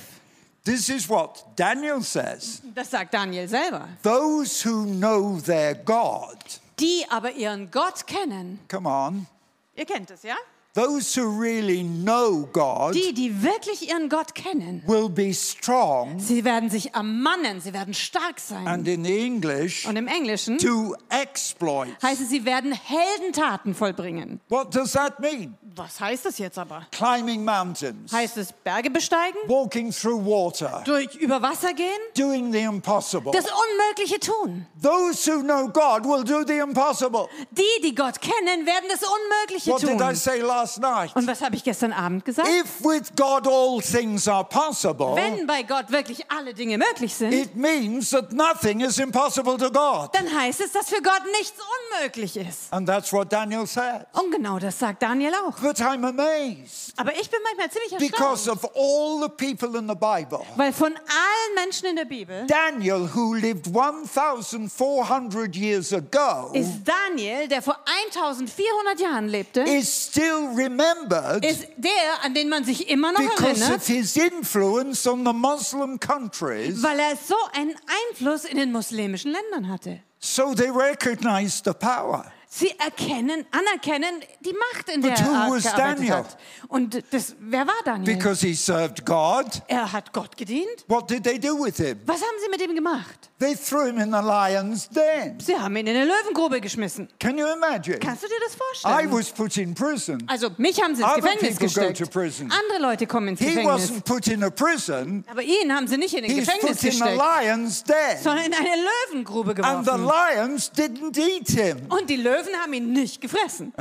A: This is what Daniel says
B: Das sagt Daniel selber.
A: Those who know their God,
B: Die aber ihren Gott kennen.
A: come on,
B: Ihr kennt es, ja?
A: those who really know God
B: Die, die wirklich ihren Gott kennen.
A: will be strong.
B: Sie werden sich ermannen, sie werden stark sein.
A: And in the English,
B: Und im Englischen
A: to exploit.
B: heißt es, sie werden Heldentaten vollbringen.
A: What does that mean?
B: Was heißt das jetzt aber?
A: Climbing mountains,
B: Heißt es Berge besteigen?
A: walking through water,
B: Durch über Wasser gehen?
A: doing the impossible.
B: Das Unmögliche tun.
A: Those who know God will do the impossible.
B: Die, die Gott kennen, werden das Unmögliche
A: What did I
B: tun.
A: say last night?
B: Und was habe ich gestern Abend gesagt?
A: If with God all things are possible,
B: Wenn bei Gott wirklich alle Dinge möglich sind,
A: it means that nothing is impossible to God.
B: dann heißt es, dass für Gott nichts unmöglich ist.
A: And that's what Daniel said.
B: Und genau das sagt Daniel auch.
A: But I'm amazed
B: Aber ich bin manchmal ziemlich
A: because
B: erstaunt,
A: of all the people in the Bible.
B: weil von allen Menschen in der Bibel
A: Daniel, who lived 1,400 years ago,
B: ist Daniel, der vor 1400 Jahren lebte,
A: is still remembered
B: ist der, an den man sich immer noch
A: because
B: erinnert,
A: of his influence on the Muslim countries.
B: weil er so einen Einfluss in den muslimischen Ländern hatte.
A: So they recognized the power.
B: Sie erkennen, anerkennen die Macht, in der
A: But who
B: er
A: was
B: gearbeitet
A: Daniel?
B: hat. Und das, wer war Daniel?
A: Because he served God.
B: Er hat Gott gedient.
A: What did they do with him?
B: Was haben sie mit ihm gemacht?
A: They threw him in the lion's den.
B: Sie haben ihn in eine Löwengrube geschmissen.
A: Can you imagine?
B: Kannst du dir das
A: I
B: vorstellen?
A: was put in prison.
B: Also mich haben sie ins
A: Other
B: Gefängnis
A: people go
B: gesteckt.
A: to prison.
B: Andere Leute kommen ins
A: He
B: Gefängnis.
A: wasn't put in a prison.
B: Aber ihn haben sie nicht in ein
A: He's
B: Gefängnis
A: put in the
B: gesteckt,
A: lion's den.
B: sondern in eine Löwengrube
A: And the
B: geworfen.
A: lions didn't eat him. [laughs]
B: Und die Löwen haben ihn nicht gefressen.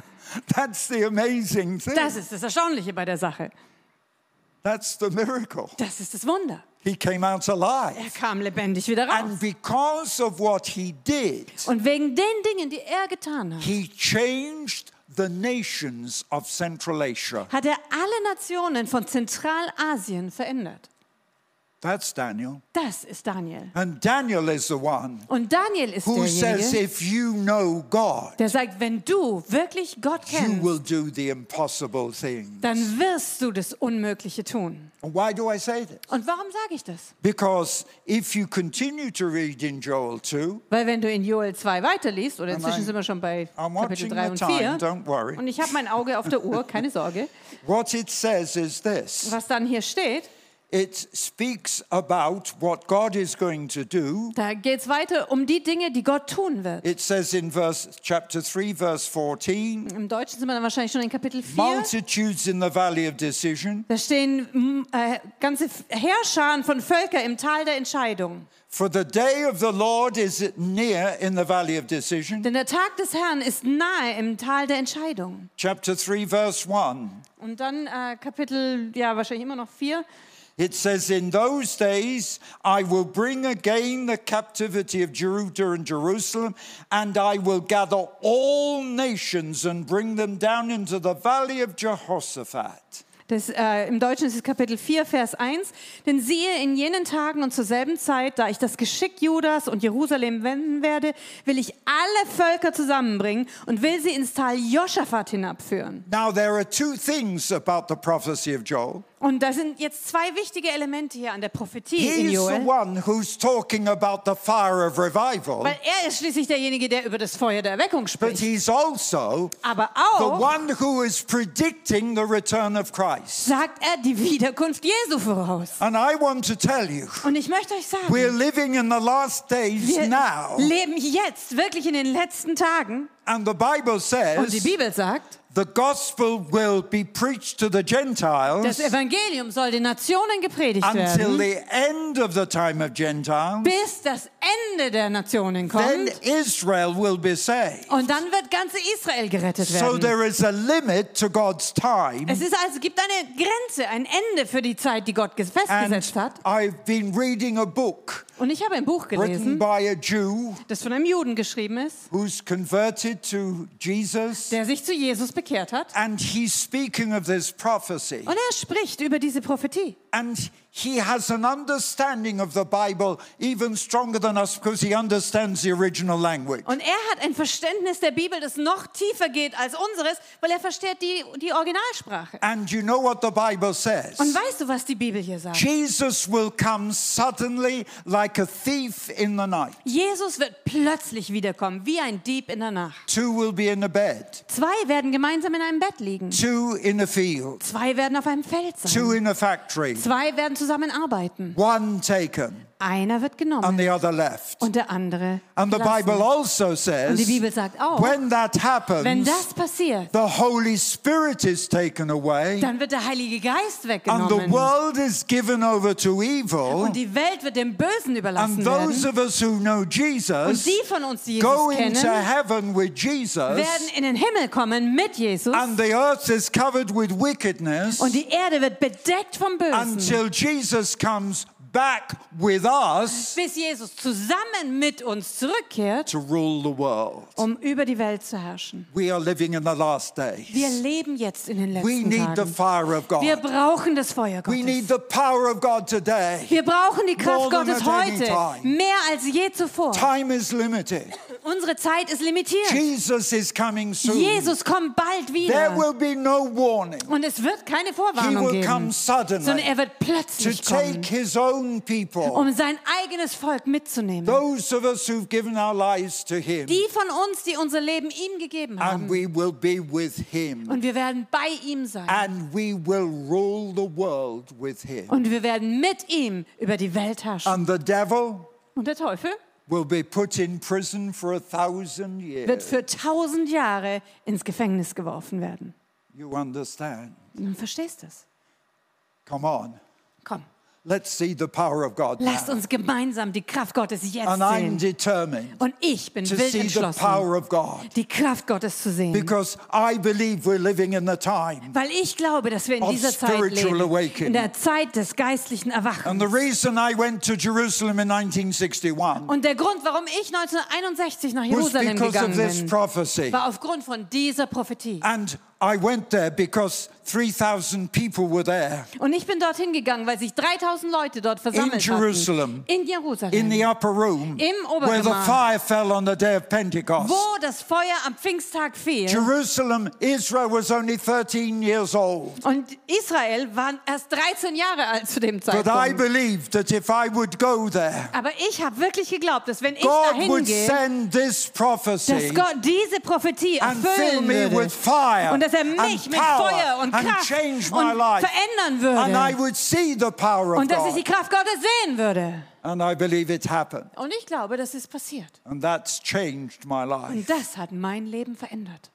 A: That's the amazing
B: Das
A: thing.
B: ist das Erstaunliche bei der Sache.
A: That's the miracle.
B: Das ist das Wunder.
A: He came out alive.
B: Er kam lebendig wieder raus.
A: And because of what he did,
B: Und wegen den Dingen, die er getan hat,
A: he changed the nations of Central Asia.
B: hat er alle Nationen von Zentralasien verändert.
A: That's Daniel.
B: Das ist Daniel.
A: And Daniel is the one
B: Und Daniel ist
A: who says,
B: derjenige,
A: if you know God,
B: der sagt, wenn du wirklich Gott
A: you
B: kennst,
A: will do the impossible thing.
B: dann wirst du das Unmögliche tun.
A: Why do I say that?
B: Und warum sage ich das?
A: Because if you continue to read in Joel 2,
B: Weil wenn du in Joel 2 weiterliest, oder
A: Am
B: inzwischen
A: I-
B: sind wir schon bei
A: I'm watching
B: Kapitel 3 und
A: the time,
B: 4,
A: don't worry.
B: und ich habe mein Auge auf der Uhr, keine Sorge,
A: What it says is this
B: was dann hier steht,
A: it speaks about what God is going to do
B: da geht es weiter um die Dinge, die Gott tun wird.
A: It says in verse chapter 3 verse 14
B: Im Deutschen sind wir dann wahrscheinlich schon in Kapitel 4.
A: multitudes in the valley of decision
B: Da stehen m, äh, ganze Herrscharen von Völkern im Tal der Entscheidung.
A: for the day of the Lord is near in the valley of decision
B: Denn der Tag des Herrn ist nahe im Tal der Entscheidung.
A: chapter 3 verse 1
B: Und dann äh, Kapitel, ja, wahrscheinlich immer noch 4.
A: it says in those days I will bring again the captivity of Judah and Jerusalem and I will gather all nations and bring them down into the valley of Jehoshaphat
B: Das, äh, Im Deutschen ist es Kapitel 4, Vers 1. Denn siehe, in jenen Tagen und zur selben Zeit, da ich das Geschick Judas und Jerusalem wenden werde, will ich alle Völker zusammenbringen und will sie ins Tal Josaphat hinabführen.
A: Now, there are two things about the prophecy of Joel.
B: Und da sind jetzt zwei wichtige Elemente hier an der Prophetie
A: He's
B: in
A: the
B: Joel.
A: one who's talking about the fire of revival,
B: Weil er ist schließlich derjenige, der über das Feuer der Erweckung
A: but
B: spricht.
A: he's also
B: Aber
A: the
B: auch
A: one who is predicting the return of Christ.
B: sagt er die Wiederkunft Jesu voraus.
A: And I want to tell you,
B: Und ich möchte euch sagen,
A: we're living in the last days
B: wir
A: now,
B: leben jetzt wirklich in den letzten Tagen.
A: and the Bible
B: Und die
A: says
B: Bibel sagt,
A: the gospel will be preached to the
B: das
A: Gentiles
B: Evangelium soll den Nationen gepredigt
A: until
B: werden,
A: the end of the time of Gentiles.
B: bis das Ende der Nationen
A: Then
B: kommt.
A: Israel will be saved.
B: Und dann wird ganze Israel gerettet
A: So
B: werden.
A: there is a limit to God's time.
B: Es ist also, gibt eine Grenze, ein Ende für die Zeit, die Gott ges-
A: And
B: festgesetzt hat.
A: I've been reading a book
B: Und ich habe ein Buch
A: written
B: gelesen,
A: by a Jew
B: das von einem Juden geschrieben ist,
A: who's converted to Jesus,
B: der sich zu Jesus bekehrt hat.
A: and he's speaking of this prophecy.
B: Und er spricht über diese Prophetie.
A: And he has an understanding of the Bible even stronger than us because he understands the original language.
B: Und er hat ein Verständnis der Bibel, das noch tiefer geht als unseres, weil er versteht die, die Originalsprache.
A: And you know what the Bible
B: Und
A: says?
B: weißt du, was die Bibel hier sagt?
A: Jesus will come suddenly like a thief in the night.
B: Jesus wird plötzlich wiederkommen, wie ein Dieb in der Nacht.
A: Two will be in a bed,
B: Zwei werden gemeinsam in einem Bett liegen.
A: two in a field,
B: Zwei werden auf einem Feld sein.
A: two in a factory,
B: Zwei werden zusammen arbeiten.
A: one taken
B: Einer wird
A: and
B: genommen
A: the other left.
B: und der andere
A: And Um, the Bible
B: gelassen.
A: also
B: Und die Bibel
A: says
B: sagt auch,
A: when that
B: wenn
A: happens,
B: das passiert,
A: the Holy Spirit is taken away
B: dann wird der Heilige
A: and
B: Geist
A: the
B: weggenommen.
A: world is given over to evil.
B: Und die Welt wird dem Bösen
A: And
B: überlassen
A: those
B: werden.
A: of us who know
B: Und
A: Jesus
B: die von uns, die
A: go
B: Jesus
A: into
B: kennen,
A: heaven with
B: werden
A: Jesus,
B: in den Himmel kommen mit Jesus.
A: and the earth is covered with wickedness
B: Und die Erde wird bedeckt vom Bösen.
A: until Jesus comes back with us
B: bis Jesus zusammen mit uns zurückkehrt,
A: to rule the world.
B: um über die Welt zu herrschen.
A: We are living in the last
B: Wir
A: days.
B: leben jetzt in den
A: We
B: letzten
A: need the
B: Tagen.
A: fire of
B: Wir
A: God.
B: brauchen das Feuer
A: We need
B: Gottes.
A: the power of God today.
B: Wir brauchen die Kraft
A: More than
B: Gottes
A: at any
B: heute,
A: time.
B: mehr als je zuvor.
A: Time is limited.
B: Unsere Zeit ist limitiert.
A: Jesus is coming soon.
B: Jesus kommt bald
A: There
B: wieder.
A: will be no warning.
B: Und es wird keine
A: He
B: Vorwarnung
A: will come
B: geben, sondern
A: suddenly
B: er wird
A: to
B: plötzlich kommen,
A: take his own people.
B: um sein eigenes Volk mitzunehmen.
A: those of us who've given our lives to him
B: Die von uns, die unser Leben ihm gegeben
A: and
B: haben.
A: we will be with him
B: Und wir werden bei ihm sein.
A: and we will rule the world with him
B: Und wir werden mit ihm über die Welt herrschen.
A: and the devil
B: Und der Teufel
A: will be put in prison for a thousand
B: wird
A: years
B: für tausend Jahre ins Gefängnis geworfen werden.
A: you understand
B: Du verstehst das?
A: come on
B: Komm,
A: let's see the power of god
B: lasst
A: now.
B: uns gemeinsam die Kraft Gottes jetzt
A: and i'm
B: sehen.
A: determined
B: Und ich bin
A: Ah, to
B: wild
A: see the
B: entschlossen,
A: power of god
B: die Kraft Gottes zu sehen.
A: because i believe we're living in the time
B: Weil ich glaube, dass wir in
A: of
B: dieser Zeit
A: spiritual
B: leben,
A: awakening.
B: in der Zeit des geistlichen
A: and
B: Erwachens.
A: the reason i went to jerusalem in 1961
B: Und der Grund, warum ich 1961 nach
A: was
B: Jerusalem
A: because of
B: gegangen
A: this
B: bin,
A: prophecy
B: war aufgrund von dieser Prophetie.
A: And I went there because 3,000 people were there
B: Und ich bin dorthin gegangen, weil sich 3000 Leute dort versammelt
A: In Jerusalem.
B: hatten. In
A: in
B: Jerusalem.
A: the upper room
B: Im
A: where the
B: Obergemach.
A: fire fell on the day of Pentecost.
B: wo das Feuer am Pfingsttag fiel.
A: Jerusalem, Israel was only 13 years old.
B: Und Israel waren erst 13 Jahre alt zu dem
A: But I
B: Zeitpunkt.
A: believed that if I would go there,
B: Aber ich habe wirklich geglaubt, dass wenn ich
A: God
B: dahin
A: would
B: gehe,
A: send this
B: dass
A: prophecy
B: Gott diese Prophetie
A: and fill
B: erfüllen
A: me with
B: würde.
A: fire
B: Und dass er
A: and
B: mich mit Feuer
A: power
B: und
A: and
B: Kraft und
A: change my life.
B: verändern
A: And I
B: würde.
A: would see the power of
B: Und dass ich die
A: God.
B: Kraft Gottes sehen würde.
A: And I believe it happened.
B: Und ich glaube, das ist passiert.
A: And that's changed my
B: Und
A: life.
B: das hat mein Leben verändert.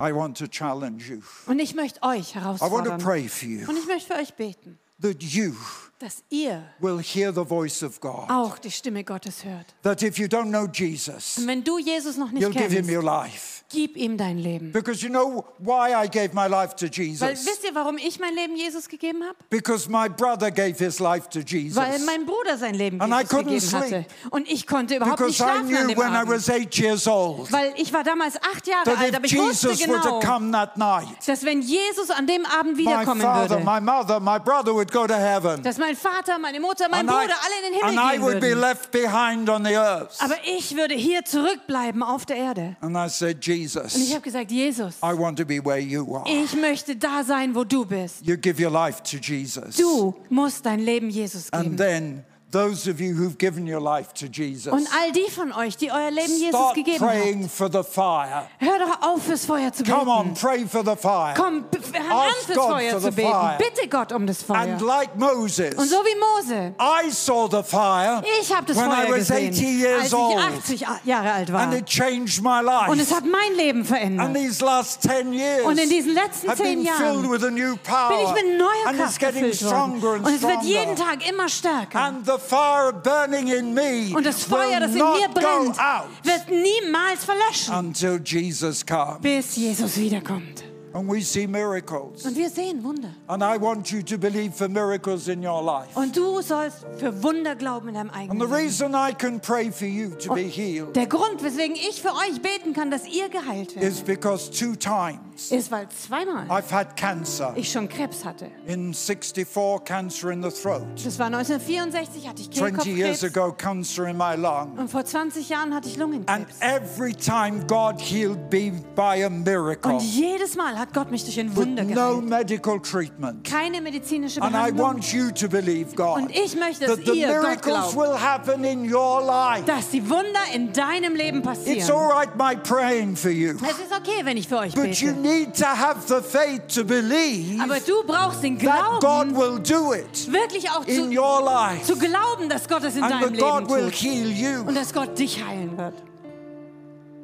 A: I want to challenge you.
B: Und ich möchte euch
A: I want to
B: herausfordern.
A: pray for you.
B: Und ich möchte für euch beten,
A: that you
B: dass ihr
A: will hear the voice of God.
B: auch die Stimme Gottes hört.
A: That if you don't know
B: Und
A: Jesus,
B: wenn du Jesus noch nicht
A: you'll give him
B: kennst,
A: your life.
B: Gib ihm dein Leben.
A: Because you know why I gave my life to
B: Weil
A: Jesus?
B: wisst ihr, warum ich mein Leben Jesus gegeben habe?
A: Because my brother gave his life to
B: Weil
A: Jesus.
B: mein Bruder sein Leben
A: And I
B: Jesus
A: couldn't
B: gegeben hatte. Und ich konnte überhaupt nicht
A: Because I
B: schlafen an
A: knew
B: dem
A: when I
B: Abend.
A: was eight years old
B: Weil ich war damals acht Jahre
A: that
B: alt,
A: if
B: aber ich wusste
A: Jesus were to
B: genau,
A: come that night,
B: dass wenn Jesus an dem Abend
A: my
B: wiederkommen
A: father,
B: würde,
A: my mother, my brother would go to heaven.
B: dass mein Vater, meine Mutter, mein
A: And
B: Bruder
A: I-
B: alle in den
A: and I
B: Himmel
A: would be
B: gehen würden.
A: left behind on the earth.
B: Aber ich würde hier zurückbleiben auf der Erde.
A: And I said,
B: Und ich
A: Jesus,
B: habe gesagt, Jesus,
A: I want to be where you are.
B: ich möchte da sein, wo du bist.
A: You give your life to Jesus.
B: Du musst dein Leben Jesus
A: And
B: geben.
A: then those of you who've given your life to
B: Und
A: Jesus,
B: all die von euch, die euer Leben Jesus
A: start
B: gegeben haben,
A: praying for the fire.
B: hör doch auf, fürs Feuer zu
A: Come on,
B: beten.
A: pray for the fire.
B: Komm, b- fang an,
A: Ask
B: fürs
A: God
B: Feuer
A: for
B: zu
A: the fire.
B: beten. Bitte Gott um das Feuer.
A: And like
B: Und
A: Moses,
B: so wie Mose,
A: I saw the fire
B: ich habe das
A: when I
B: Feuer
A: was 80
B: gesehen, als
A: years
B: ich
A: old.
B: 80 A- Jahre alt war.
A: And it changed my
B: Und es
A: life.
B: hat mein Leben
A: And
B: verändert.
A: these last 10 years
B: Und in diesen letzten
A: have
B: zehn
A: been filled
B: Jahren
A: with a new
B: bin ich
A: power.
B: mit neuer
A: And it's
B: Kraft
A: getting
B: gefüllt worden.
A: stronger and
B: Und es wird jeden
A: stronger.
B: Tag immer stärker.
A: And the fire burning in me
B: Und das Feuer,
A: will
B: das in
A: not
B: mir
A: go
B: brennt,
A: out
B: wird niemals verlöschen,
A: until Jesus comes.
B: bis Jesus wiederkommt.
A: And we see miracles.
B: Und wir sehen Wunder.
A: And I want you to believe for miracles in your life.
B: Und du sollst für Wunder glauben in deinem
A: And
B: eigenen
A: the
B: Leben.
A: reason I can pray for you to be healed
B: Der Grund, weswegen ich für euch beten kann, dass ihr geheilt werdet,
A: is because two times
B: ist, weil zweimal
A: I've had cancer.
B: ich schon Krebs hatte.
A: In 64, cancer in the throat.
B: Das war 1964, hatte ich
A: 20 years
B: Kehlkopfkrebs.
A: ago, cancer in my lung.
B: Und vor 20 Jahren hatte ich
A: And
B: Lungenkrebs.
A: every time God healed me by a
B: Und
A: miracle,
B: jedes Mal hat Gott mich durch ein
A: with
B: Wunder
A: no
B: geheilt.
A: medical treatment.
B: Keine medizinische
A: And I
B: Behandlung.
A: want you to believe God
B: Und ich möchte, dass
A: that the
B: ihr Gott
A: miracles
B: glaubt,
A: will happen in your life.
B: dass die Wunder in deinem Leben
A: It's
B: passieren.
A: all right, my praying for you,
B: Es ist okay, wenn ich für euch
A: but you
B: bete.
A: need to have the faith to believe
B: Aber du brauchst den
A: that God
B: Glauben,
A: will do it
B: wirklich auch
A: in
B: zu,
A: your life
B: zu glauben, dass Gott es in
A: and
B: deinem
A: that God
B: Leben
A: will
B: tut.
A: heal
B: Und
A: you.
B: dass Gott dich heilen wird.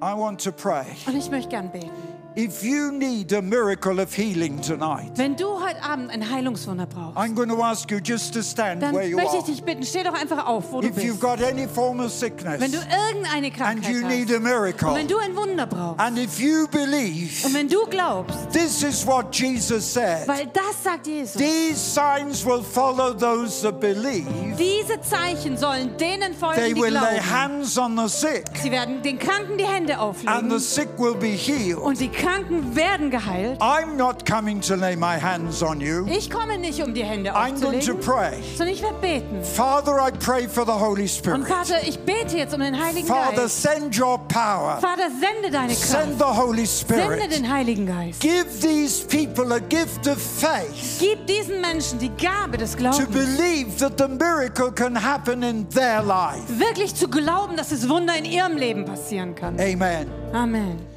A: I want to pray.
B: Und ich möchte gern beten.
A: If you need a miracle of healing tonight,
B: Wenn du heute Abend ein Heilungswunder brauchst,
A: I'm going to ask you just to stand
B: dann
A: where you
B: möchte
A: are.
B: ich dich bitten, steh doch einfach auf, wo du
A: If you've
B: bist.
A: got any form of
B: Wenn du
A: sickness
B: irgendeine
A: and
B: Krankheit
A: you need
B: hast,
A: a miracle,
B: und wenn du ein Wunder brauchst,
A: And if you believe,
B: und wenn du glaubst,
A: this is what Jesus said
B: weil das sagt Jesus,
A: these signs will follow those that believe.
B: diese Zeichen sollen
A: They
B: denen folgen, die
A: will lay
B: glauben.
A: hands on the sick,
B: Sie werden den Kranken die Hände auflegen
A: and the sick will be healed.
B: und die Kranken werden geheilt.
A: I'm not coming to lay my hands on you.
B: Ich komme nicht, um die Hände
A: I'm going to
B: aufzulegen,
A: pray.
B: sondern ich werde beten.
A: Father, I pray for the Holy
B: Und
A: Spirit.
B: Vater, ich bete jetzt um den Heiligen
A: Father,
B: Geist.
A: send your power,
B: Vater, sende deine
A: send
B: Kraft.
A: the Holy
B: Sende
A: Spirit.
B: den Heiligen Geist.
A: Give these people a gift of faith
B: Gib diesen Menschen die Gabe des
A: to
B: Glaubens.
A: believe that the miracle can happen in their life.
B: Wirklich zu glauben, dass es Wunder in ihrem Leben passieren kann.
A: Amen.
B: Amen.